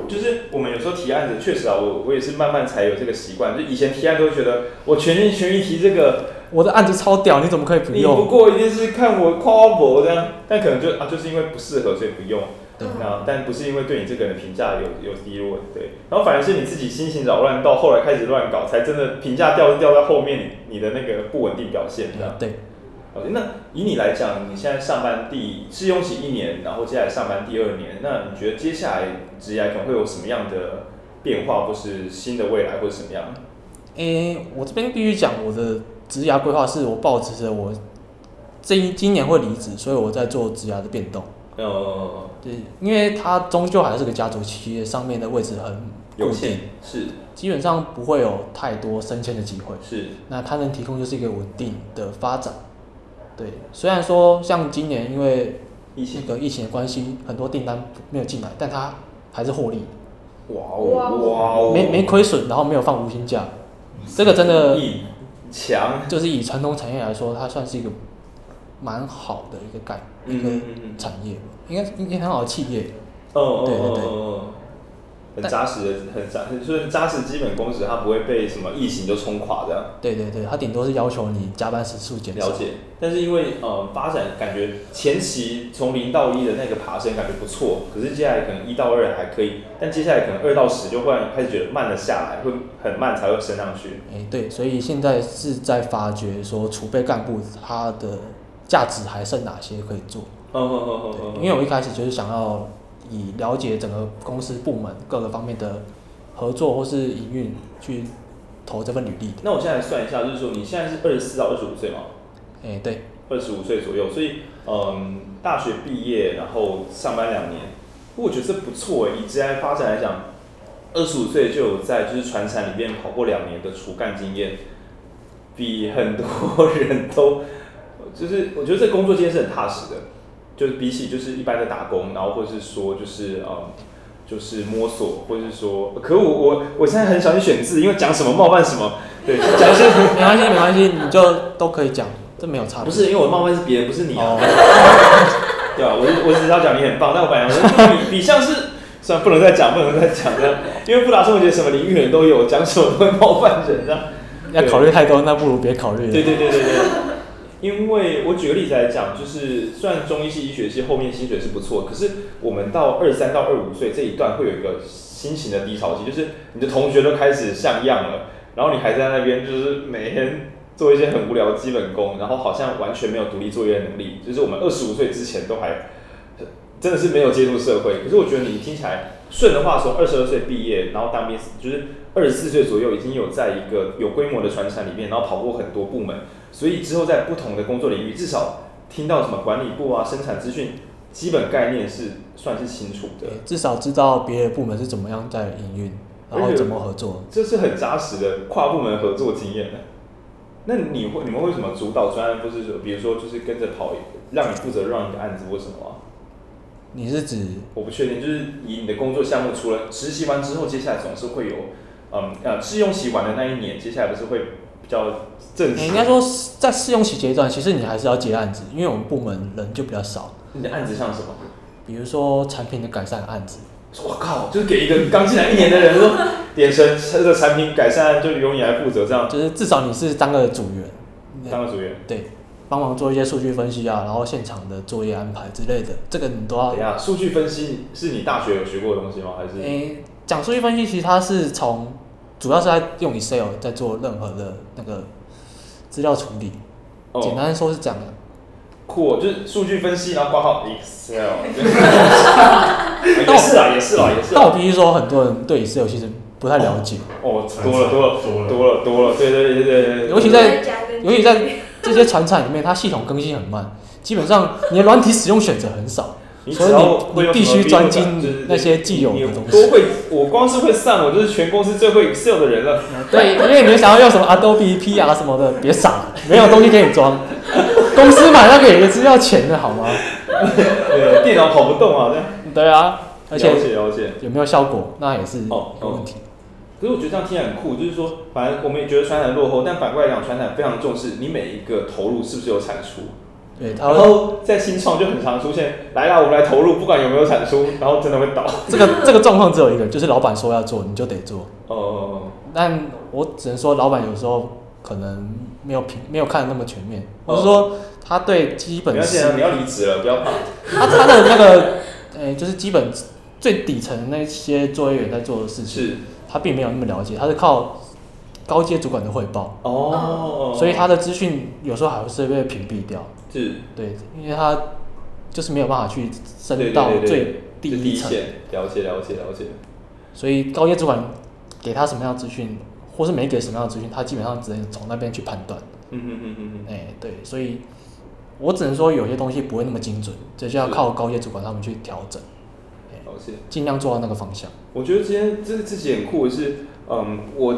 [SPEAKER 1] 就是我们有时候提案子，确实啊，我我也是慢慢才有这个习惯，就以前提案都会觉得我全心全意提这个，
[SPEAKER 2] 我的案子超屌，你怎么可以不
[SPEAKER 1] 你不
[SPEAKER 2] 用？
[SPEAKER 1] 过一定是看我夸博这样，但可能就啊，就是因为不适合，所以不用。
[SPEAKER 3] 嗯
[SPEAKER 2] 对
[SPEAKER 1] 那但不是因为对你这个人评价有有低落，对。然后反而是你自己心情扰乱，到后来开始乱搞，才真的评价掉掉到后面你你的那个不稳定表现这样。
[SPEAKER 2] 对，
[SPEAKER 1] 好的，那以你来讲，你现在上班第试用期一年，然后接下来上班第二年，那你觉得接下来职涯可能会有什么样的变化，或是新的未来，或者什么样？
[SPEAKER 2] 诶、我这边必须讲我的职涯规划是我抱持着我这一今年会离职，所以我在做职涯的变动。
[SPEAKER 1] 呃，
[SPEAKER 2] 对，因为它终究还是个家族企业，上面的位置很
[SPEAKER 1] 有
[SPEAKER 2] 固
[SPEAKER 1] 限
[SPEAKER 2] 定，
[SPEAKER 1] 是
[SPEAKER 2] 基本上不会有太多升迁的机会。
[SPEAKER 1] 是，
[SPEAKER 2] 那它能提供就是一个稳定的发展。对，虽然说像今年因为
[SPEAKER 1] 疫
[SPEAKER 2] 那
[SPEAKER 1] 情
[SPEAKER 2] 个疫情的关系，很多订单没有进来，但它还是获利，
[SPEAKER 1] 哇
[SPEAKER 3] 哇
[SPEAKER 1] 哦
[SPEAKER 3] 哦
[SPEAKER 1] 哇哦，
[SPEAKER 2] 没没亏损，然后没有放无薪假，这个真的
[SPEAKER 1] 一强，
[SPEAKER 2] 就是以传统产业来说，它算是一个蛮好的一个概一个
[SPEAKER 1] 嗯嗯嗯
[SPEAKER 2] 产业，应该应该很好的企业。
[SPEAKER 1] 哦哦
[SPEAKER 2] 对对
[SPEAKER 1] 哦
[SPEAKER 2] 对
[SPEAKER 1] 哦，很
[SPEAKER 2] 但
[SPEAKER 1] 扎实的，很扎，就是扎实基本工时，它不会被什么疫情就冲垮这样。
[SPEAKER 2] 对对对，它顶多是要求你加班时数减少
[SPEAKER 1] 了。解，但是因为呃发展感觉前期从零到一的那个爬升感觉不错，可是接下来可能一到二还可以，但接下来可能二到十就忽然开始觉得慢了下来，会很慢才会升上去。
[SPEAKER 2] 哎，对，所以现在是在发掘说储备干部它的价值还剩哪些可以做。
[SPEAKER 1] 嗯嗯嗯嗯
[SPEAKER 2] 对，因为我一开始就是想要以了解整个公司部门各个方面的合作或是营运去投这份履历的。
[SPEAKER 1] 那我现在算一下，就是说你现在是二十四到二十五岁嘛，
[SPEAKER 2] 哎，对，
[SPEAKER 1] 二十五岁左右，所以嗯大学毕业然后上班两年，我觉得这不错欸诶，以职业发展来讲，二十五岁就有在就是船产里面跑过两年的厨干经验，比很多人都，就是 我觉得这工作经验是很踏实的，就是比起就是一般的打工，然后或是说就是嗯，就是摸索，或是说，可我我我现在很小心选字，因为讲什么冒犯什么，对，讲一些
[SPEAKER 2] 没关系，没关系，你就都可以讲，这没有差别。
[SPEAKER 1] 不是因为我冒犯是别人，不是你啊。
[SPEAKER 2] 哦，
[SPEAKER 1] 对啊，我是我只是要讲你很棒，但我本来说你你像是，虽然不能再讲，不能再讲了，因为布达说我觉得什么领域人都有，讲什么都会冒犯人啊这样。
[SPEAKER 2] 要考虑太多，那不如别考虑了。
[SPEAKER 1] 对对对对对，因为我举个例子来讲，就是虽然中医系、医学系后面薪水是不错，可是我们到二三到二五岁这一段会有一个心情的低潮期，就是你的同学都开始像样了，然后你还在那边就是每天做一些很无聊的基本功，然后好像完全没有独立作业的能力，就是我们二十五岁之前都还真的是没有接触社会。可是我觉得你听起来顺的话，从二十二岁毕业，然后当兵，就是二十四岁左右已经有在一个有规模的船厂里面，然后跑过很多部门，所以之后在不同的工作领域，至少听到什么管理部啊、生产资讯，基本概念是算是清楚的
[SPEAKER 2] 对，。哎至少知道别的部门是怎么样在营运，然后怎么合作。
[SPEAKER 1] 这是很扎实的跨部门合作经验的。那你会你们为什么主导专案？不是说，比如说就是跟着跑，让你负责让一个案子，为什么啊、
[SPEAKER 2] 你是指
[SPEAKER 1] 我不确定，就是以你的工作项目，除了实习完之后，接下来总是会有，嗯呃，试用期完的那一年，接下来不是会比较正式？
[SPEAKER 2] 哎你应该说是在试用期阶段，其实你还是要接案子，因为我们部门人就比较少。
[SPEAKER 1] 你的案子像什么？
[SPEAKER 2] 比如说产品的改善案子，
[SPEAKER 1] 我靠，就是给一个刚进来一年的人说， 点神这个产品改善就由你来负责，这样
[SPEAKER 2] 就是至少你是当个组员，
[SPEAKER 1] 当个组员。
[SPEAKER 2] 对，帮忙做一些数据分析啊，然后现场的作业安排之类的，这个你都要
[SPEAKER 1] 等一。下，数据分析是你大学有学过的东西吗？还是？
[SPEAKER 2] 诶，讲数据分析其实它是从主要是在用 Excel 在做任何的那个资料处理，
[SPEAKER 1] 哦
[SPEAKER 2] 简单说是这样的。
[SPEAKER 1] 酷哦，就是数据分析，然后挂号 Excel 对。也是啊，也是啊，也是
[SPEAKER 2] 但
[SPEAKER 1] 啊。
[SPEAKER 2] 我必须说，很多人对 Excel 其实不太了解，
[SPEAKER 1] 哦，多了，多了，
[SPEAKER 4] 多了，
[SPEAKER 1] 多了，多了，对对对对对。
[SPEAKER 2] 尤其在
[SPEAKER 3] 加跟
[SPEAKER 2] 尤其在这些船厂里面，它系统更新很慢，基本上你的软体使用选择很少，
[SPEAKER 1] 你
[SPEAKER 2] 所
[SPEAKER 1] 只
[SPEAKER 2] 以
[SPEAKER 1] 要
[SPEAKER 2] 你
[SPEAKER 1] 会
[SPEAKER 2] 你
[SPEAKER 1] 用
[SPEAKER 2] 必
[SPEAKER 1] 什么
[SPEAKER 2] 须
[SPEAKER 1] 必
[SPEAKER 2] 专
[SPEAKER 1] 用法就是
[SPEAKER 2] 精那些既有
[SPEAKER 1] 你
[SPEAKER 2] 的
[SPEAKER 1] 有
[SPEAKER 2] 东西。
[SPEAKER 1] 多会，我光是会上，我就是全公司最会 Excel 的人了。
[SPEAKER 2] 对，因为你们想要用什么 Adobe PR 什么的，别傻了，没有东西给 你装。公司买那个也是要钱的好吗？
[SPEAKER 1] 对，电脑跑不动啊，这样。
[SPEAKER 2] 对啊，而
[SPEAKER 1] 了
[SPEAKER 2] 且
[SPEAKER 1] 解了解。
[SPEAKER 2] 有没有效果，那也是
[SPEAKER 1] 哦
[SPEAKER 2] 有问题。
[SPEAKER 1] 可是我觉得这样听起来很酷，就是说，反正我们也觉得传产落后，但反过来讲，传产非常重视你每一个投入是不是有产出。
[SPEAKER 2] 对，他
[SPEAKER 1] 然
[SPEAKER 2] 会
[SPEAKER 1] 后在新创就很常出现，来啦，我们来投入，不管有没有产出，然后真的会倒。
[SPEAKER 2] 这个这个状况只有一个，就是老板说要做你就得做。
[SPEAKER 1] 哦、
[SPEAKER 2] 但我只能说，老板有时候可能没有评，没有看得那么全面，或者说他对基
[SPEAKER 1] 不
[SPEAKER 2] 本
[SPEAKER 1] 要紧啊，
[SPEAKER 2] 思，
[SPEAKER 1] 你要离职哦了，不要怕。
[SPEAKER 2] 他他的那个，呃，就是基本最底层的那些作业员在做的事情，
[SPEAKER 1] 是
[SPEAKER 2] 他并没有那么了解，他是靠高阶主管的汇报，
[SPEAKER 1] 哦，
[SPEAKER 2] 所以他的资讯有时候还是被屏蔽掉，
[SPEAKER 1] 是
[SPEAKER 2] 对，因为他就是没有办法去
[SPEAKER 1] 对
[SPEAKER 2] 升到
[SPEAKER 1] 对对对
[SPEAKER 2] 最
[SPEAKER 1] 第
[SPEAKER 2] 第
[SPEAKER 1] 一
[SPEAKER 2] 一层，
[SPEAKER 1] 线，了解了解了解。
[SPEAKER 2] 所以高阶主管给他什么样的资讯，或是没给什么样的资讯，他基本上只能从那边去判断。
[SPEAKER 1] 嗯哼哼哼哼，
[SPEAKER 2] 哎、对，所以我只能说有些东西不会那么精准，这就要靠高阶主管他们去调整，
[SPEAKER 1] 了解。
[SPEAKER 2] 尽量做到那个方向。
[SPEAKER 1] 我觉得今天这自己很酷的是，嗯，我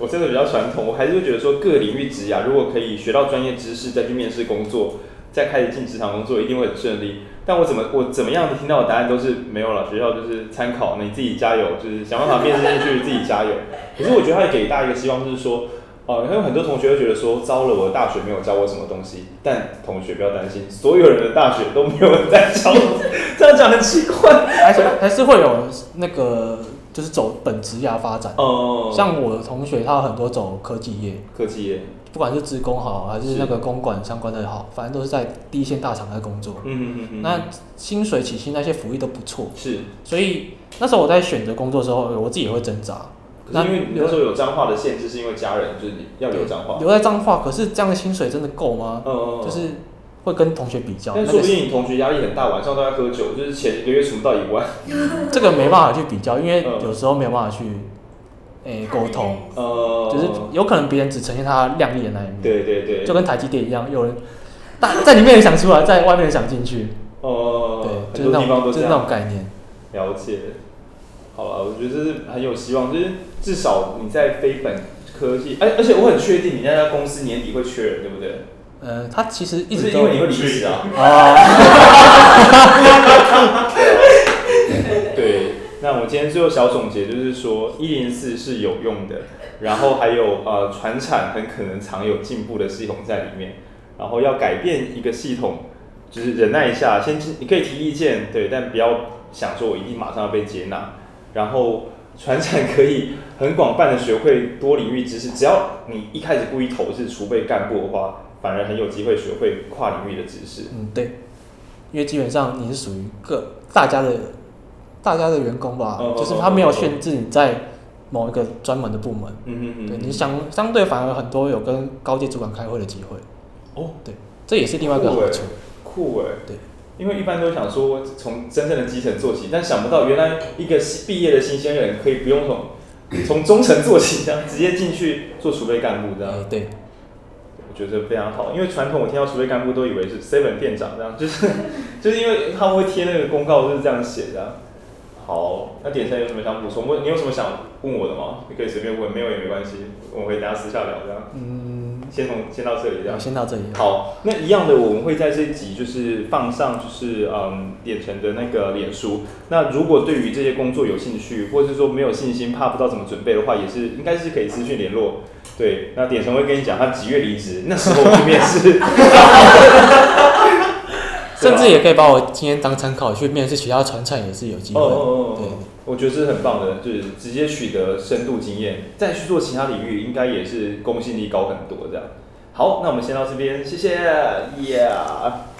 [SPEAKER 1] 我真的比较传统，我还是会觉得说各领域职涯如果可以学到专业知识，再去面试工作，再开始进职场工作，一定会很顺利。但我怎么我怎么样的听到的答案都是没有了，学校就是参考，你自己加油，就是想办法面试进去，自己加油。 可是我觉得他给大家一个希望，就是说，哦、因为很多同学会觉得说，糟了，我的大学没有教我什么东西。但同学不要担心，所有人的大学都没有人在教我， 这样讲很奇怪。
[SPEAKER 2] 还是还是会有那个就是走本职涯发展，
[SPEAKER 1] 哦、
[SPEAKER 2] 像我的同学他很多走科技业，
[SPEAKER 1] 科技业，
[SPEAKER 2] 不管是职工好还
[SPEAKER 1] 是
[SPEAKER 2] 是那个公管相关的好，反正都是在第一线大厂在工作。
[SPEAKER 1] 嗯嗯嗯，
[SPEAKER 2] 那薪水起薪那些福利都不错，
[SPEAKER 1] 是，
[SPEAKER 2] 所以那时候我在选择工作的时候，我自己也会挣扎。
[SPEAKER 1] 可是因为你那时候有脏话的限制，是因为家人就是你要留脏话，
[SPEAKER 2] 留在彰化，可是这样的薪水真的够吗
[SPEAKER 1] 嗯？嗯，嗯
[SPEAKER 2] 就是会跟同学比较，
[SPEAKER 1] 但
[SPEAKER 2] 那
[SPEAKER 1] 说不
[SPEAKER 2] 个
[SPEAKER 1] 定你同学压力很大，晚上都在喝酒，就是前一个月存不到一万，
[SPEAKER 2] 这个没办法去比较，因为
[SPEAKER 1] 嗯
[SPEAKER 2] 有时候没有办法去诶沟通，，
[SPEAKER 1] 呃，
[SPEAKER 2] 就是有可能别人只呈现他亮丽的那一面，
[SPEAKER 1] 对对对，嗯
[SPEAKER 2] 就跟台积电一样，有人大在里面也想出来，在外面也想进去，
[SPEAKER 1] 哦，
[SPEAKER 2] 对，
[SPEAKER 1] 很
[SPEAKER 2] 就是
[SPEAKER 1] 多
[SPEAKER 2] 那
[SPEAKER 1] 地方
[SPEAKER 2] 种
[SPEAKER 1] 都
[SPEAKER 2] 就
[SPEAKER 1] 这
[SPEAKER 2] 是那
[SPEAKER 1] 样，
[SPEAKER 2] 种概念。
[SPEAKER 1] 了解。好了，我觉得这是很有希望，就是至少你在非本科技，哎而而且我很确定你那家公司年底会缺人，对不对？
[SPEAKER 2] 呃，他其实一
[SPEAKER 1] 不
[SPEAKER 2] 直
[SPEAKER 1] 是
[SPEAKER 2] 都
[SPEAKER 1] 因为你会离职啊，
[SPEAKER 2] 啊，
[SPEAKER 1] 对，那我们今天最后小总结就是说，一零四是有用的，然后还有呃，传产很可能藏有进步的系统在里面，然后要改变一个系统，就是忍耐一下，先进你可以提意见，对，但不要想说我一定马上要被接纳，然后传产可以很广泛的学会多领域知识，只要你一开始故意投是储备干部的话，反而很有机会学会跨领域的知识。
[SPEAKER 2] 嗯，对，因为基本上你是属于个大家的大家的员工吧
[SPEAKER 1] 哦哦，
[SPEAKER 2] 就是他没
[SPEAKER 1] 哦
[SPEAKER 2] 有
[SPEAKER 1] 哦
[SPEAKER 2] 限制你在某一个专门的部门。
[SPEAKER 1] 嗯嗯
[SPEAKER 2] 对
[SPEAKER 1] 嗯，
[SPEAKER 2] 你相相对反而很多有跟高阶主管开会的机会。
[SPEAKER 1] 哦，
[SPEAKER 2] 对，这也是另外一个好处。
[SPEAKER 1] 酷哎、
[SPEAKER 2] 对，
[SPEAKER 1] 因为一般都想说从真正的基层做起，但想不到原来一个新毕业的新鲜人可以不用从 从中层做起，这样直接进去做储备干部这样，
[SPEAKER 2] 哎，对，
[SPEAKER 1] 我觉得非常好。因为传统我听到储备干部都以为是 seven 店长这样， 就是就是因为他们会贴那个公告就是这样写的啊。好，那点菜有什么想补充？问你有什么想问我的吗？你可以随便问，没有也没关系，我们可以大家私下聊这样。
[SPEAKER 2] 嗯，
[SPEAKER 1] 先从先到这里这样
[SPEAKER 2] 我。先到这里。
[SPEAKER 1] 好，那一样的，我们会在这一集就是放上就是嗯点成的那个脸书。那如果对于这些工作有兴趣，或者是说没有信心，怕不知道怎么准备的话，也是应该是可以私讯联络。对，那点成会跟你讲他几月离职，那时候我去面试。
[SPEAKER 2] 甚至也可以把我今天当参考去面试其他船厂，也是有机
[SPEAKER 1] 哦
[SPEAKER 2] 会。
[SPEAKER 1] 哦哦
[SPEAKER 2] 对
[SPEAKER 1] 哦，我觉得这是很棒的，就是直接取得深度经验，再去做其他领域，应该也是公信力高很多这样。好，那我们先到这边，谢谢，Yeah。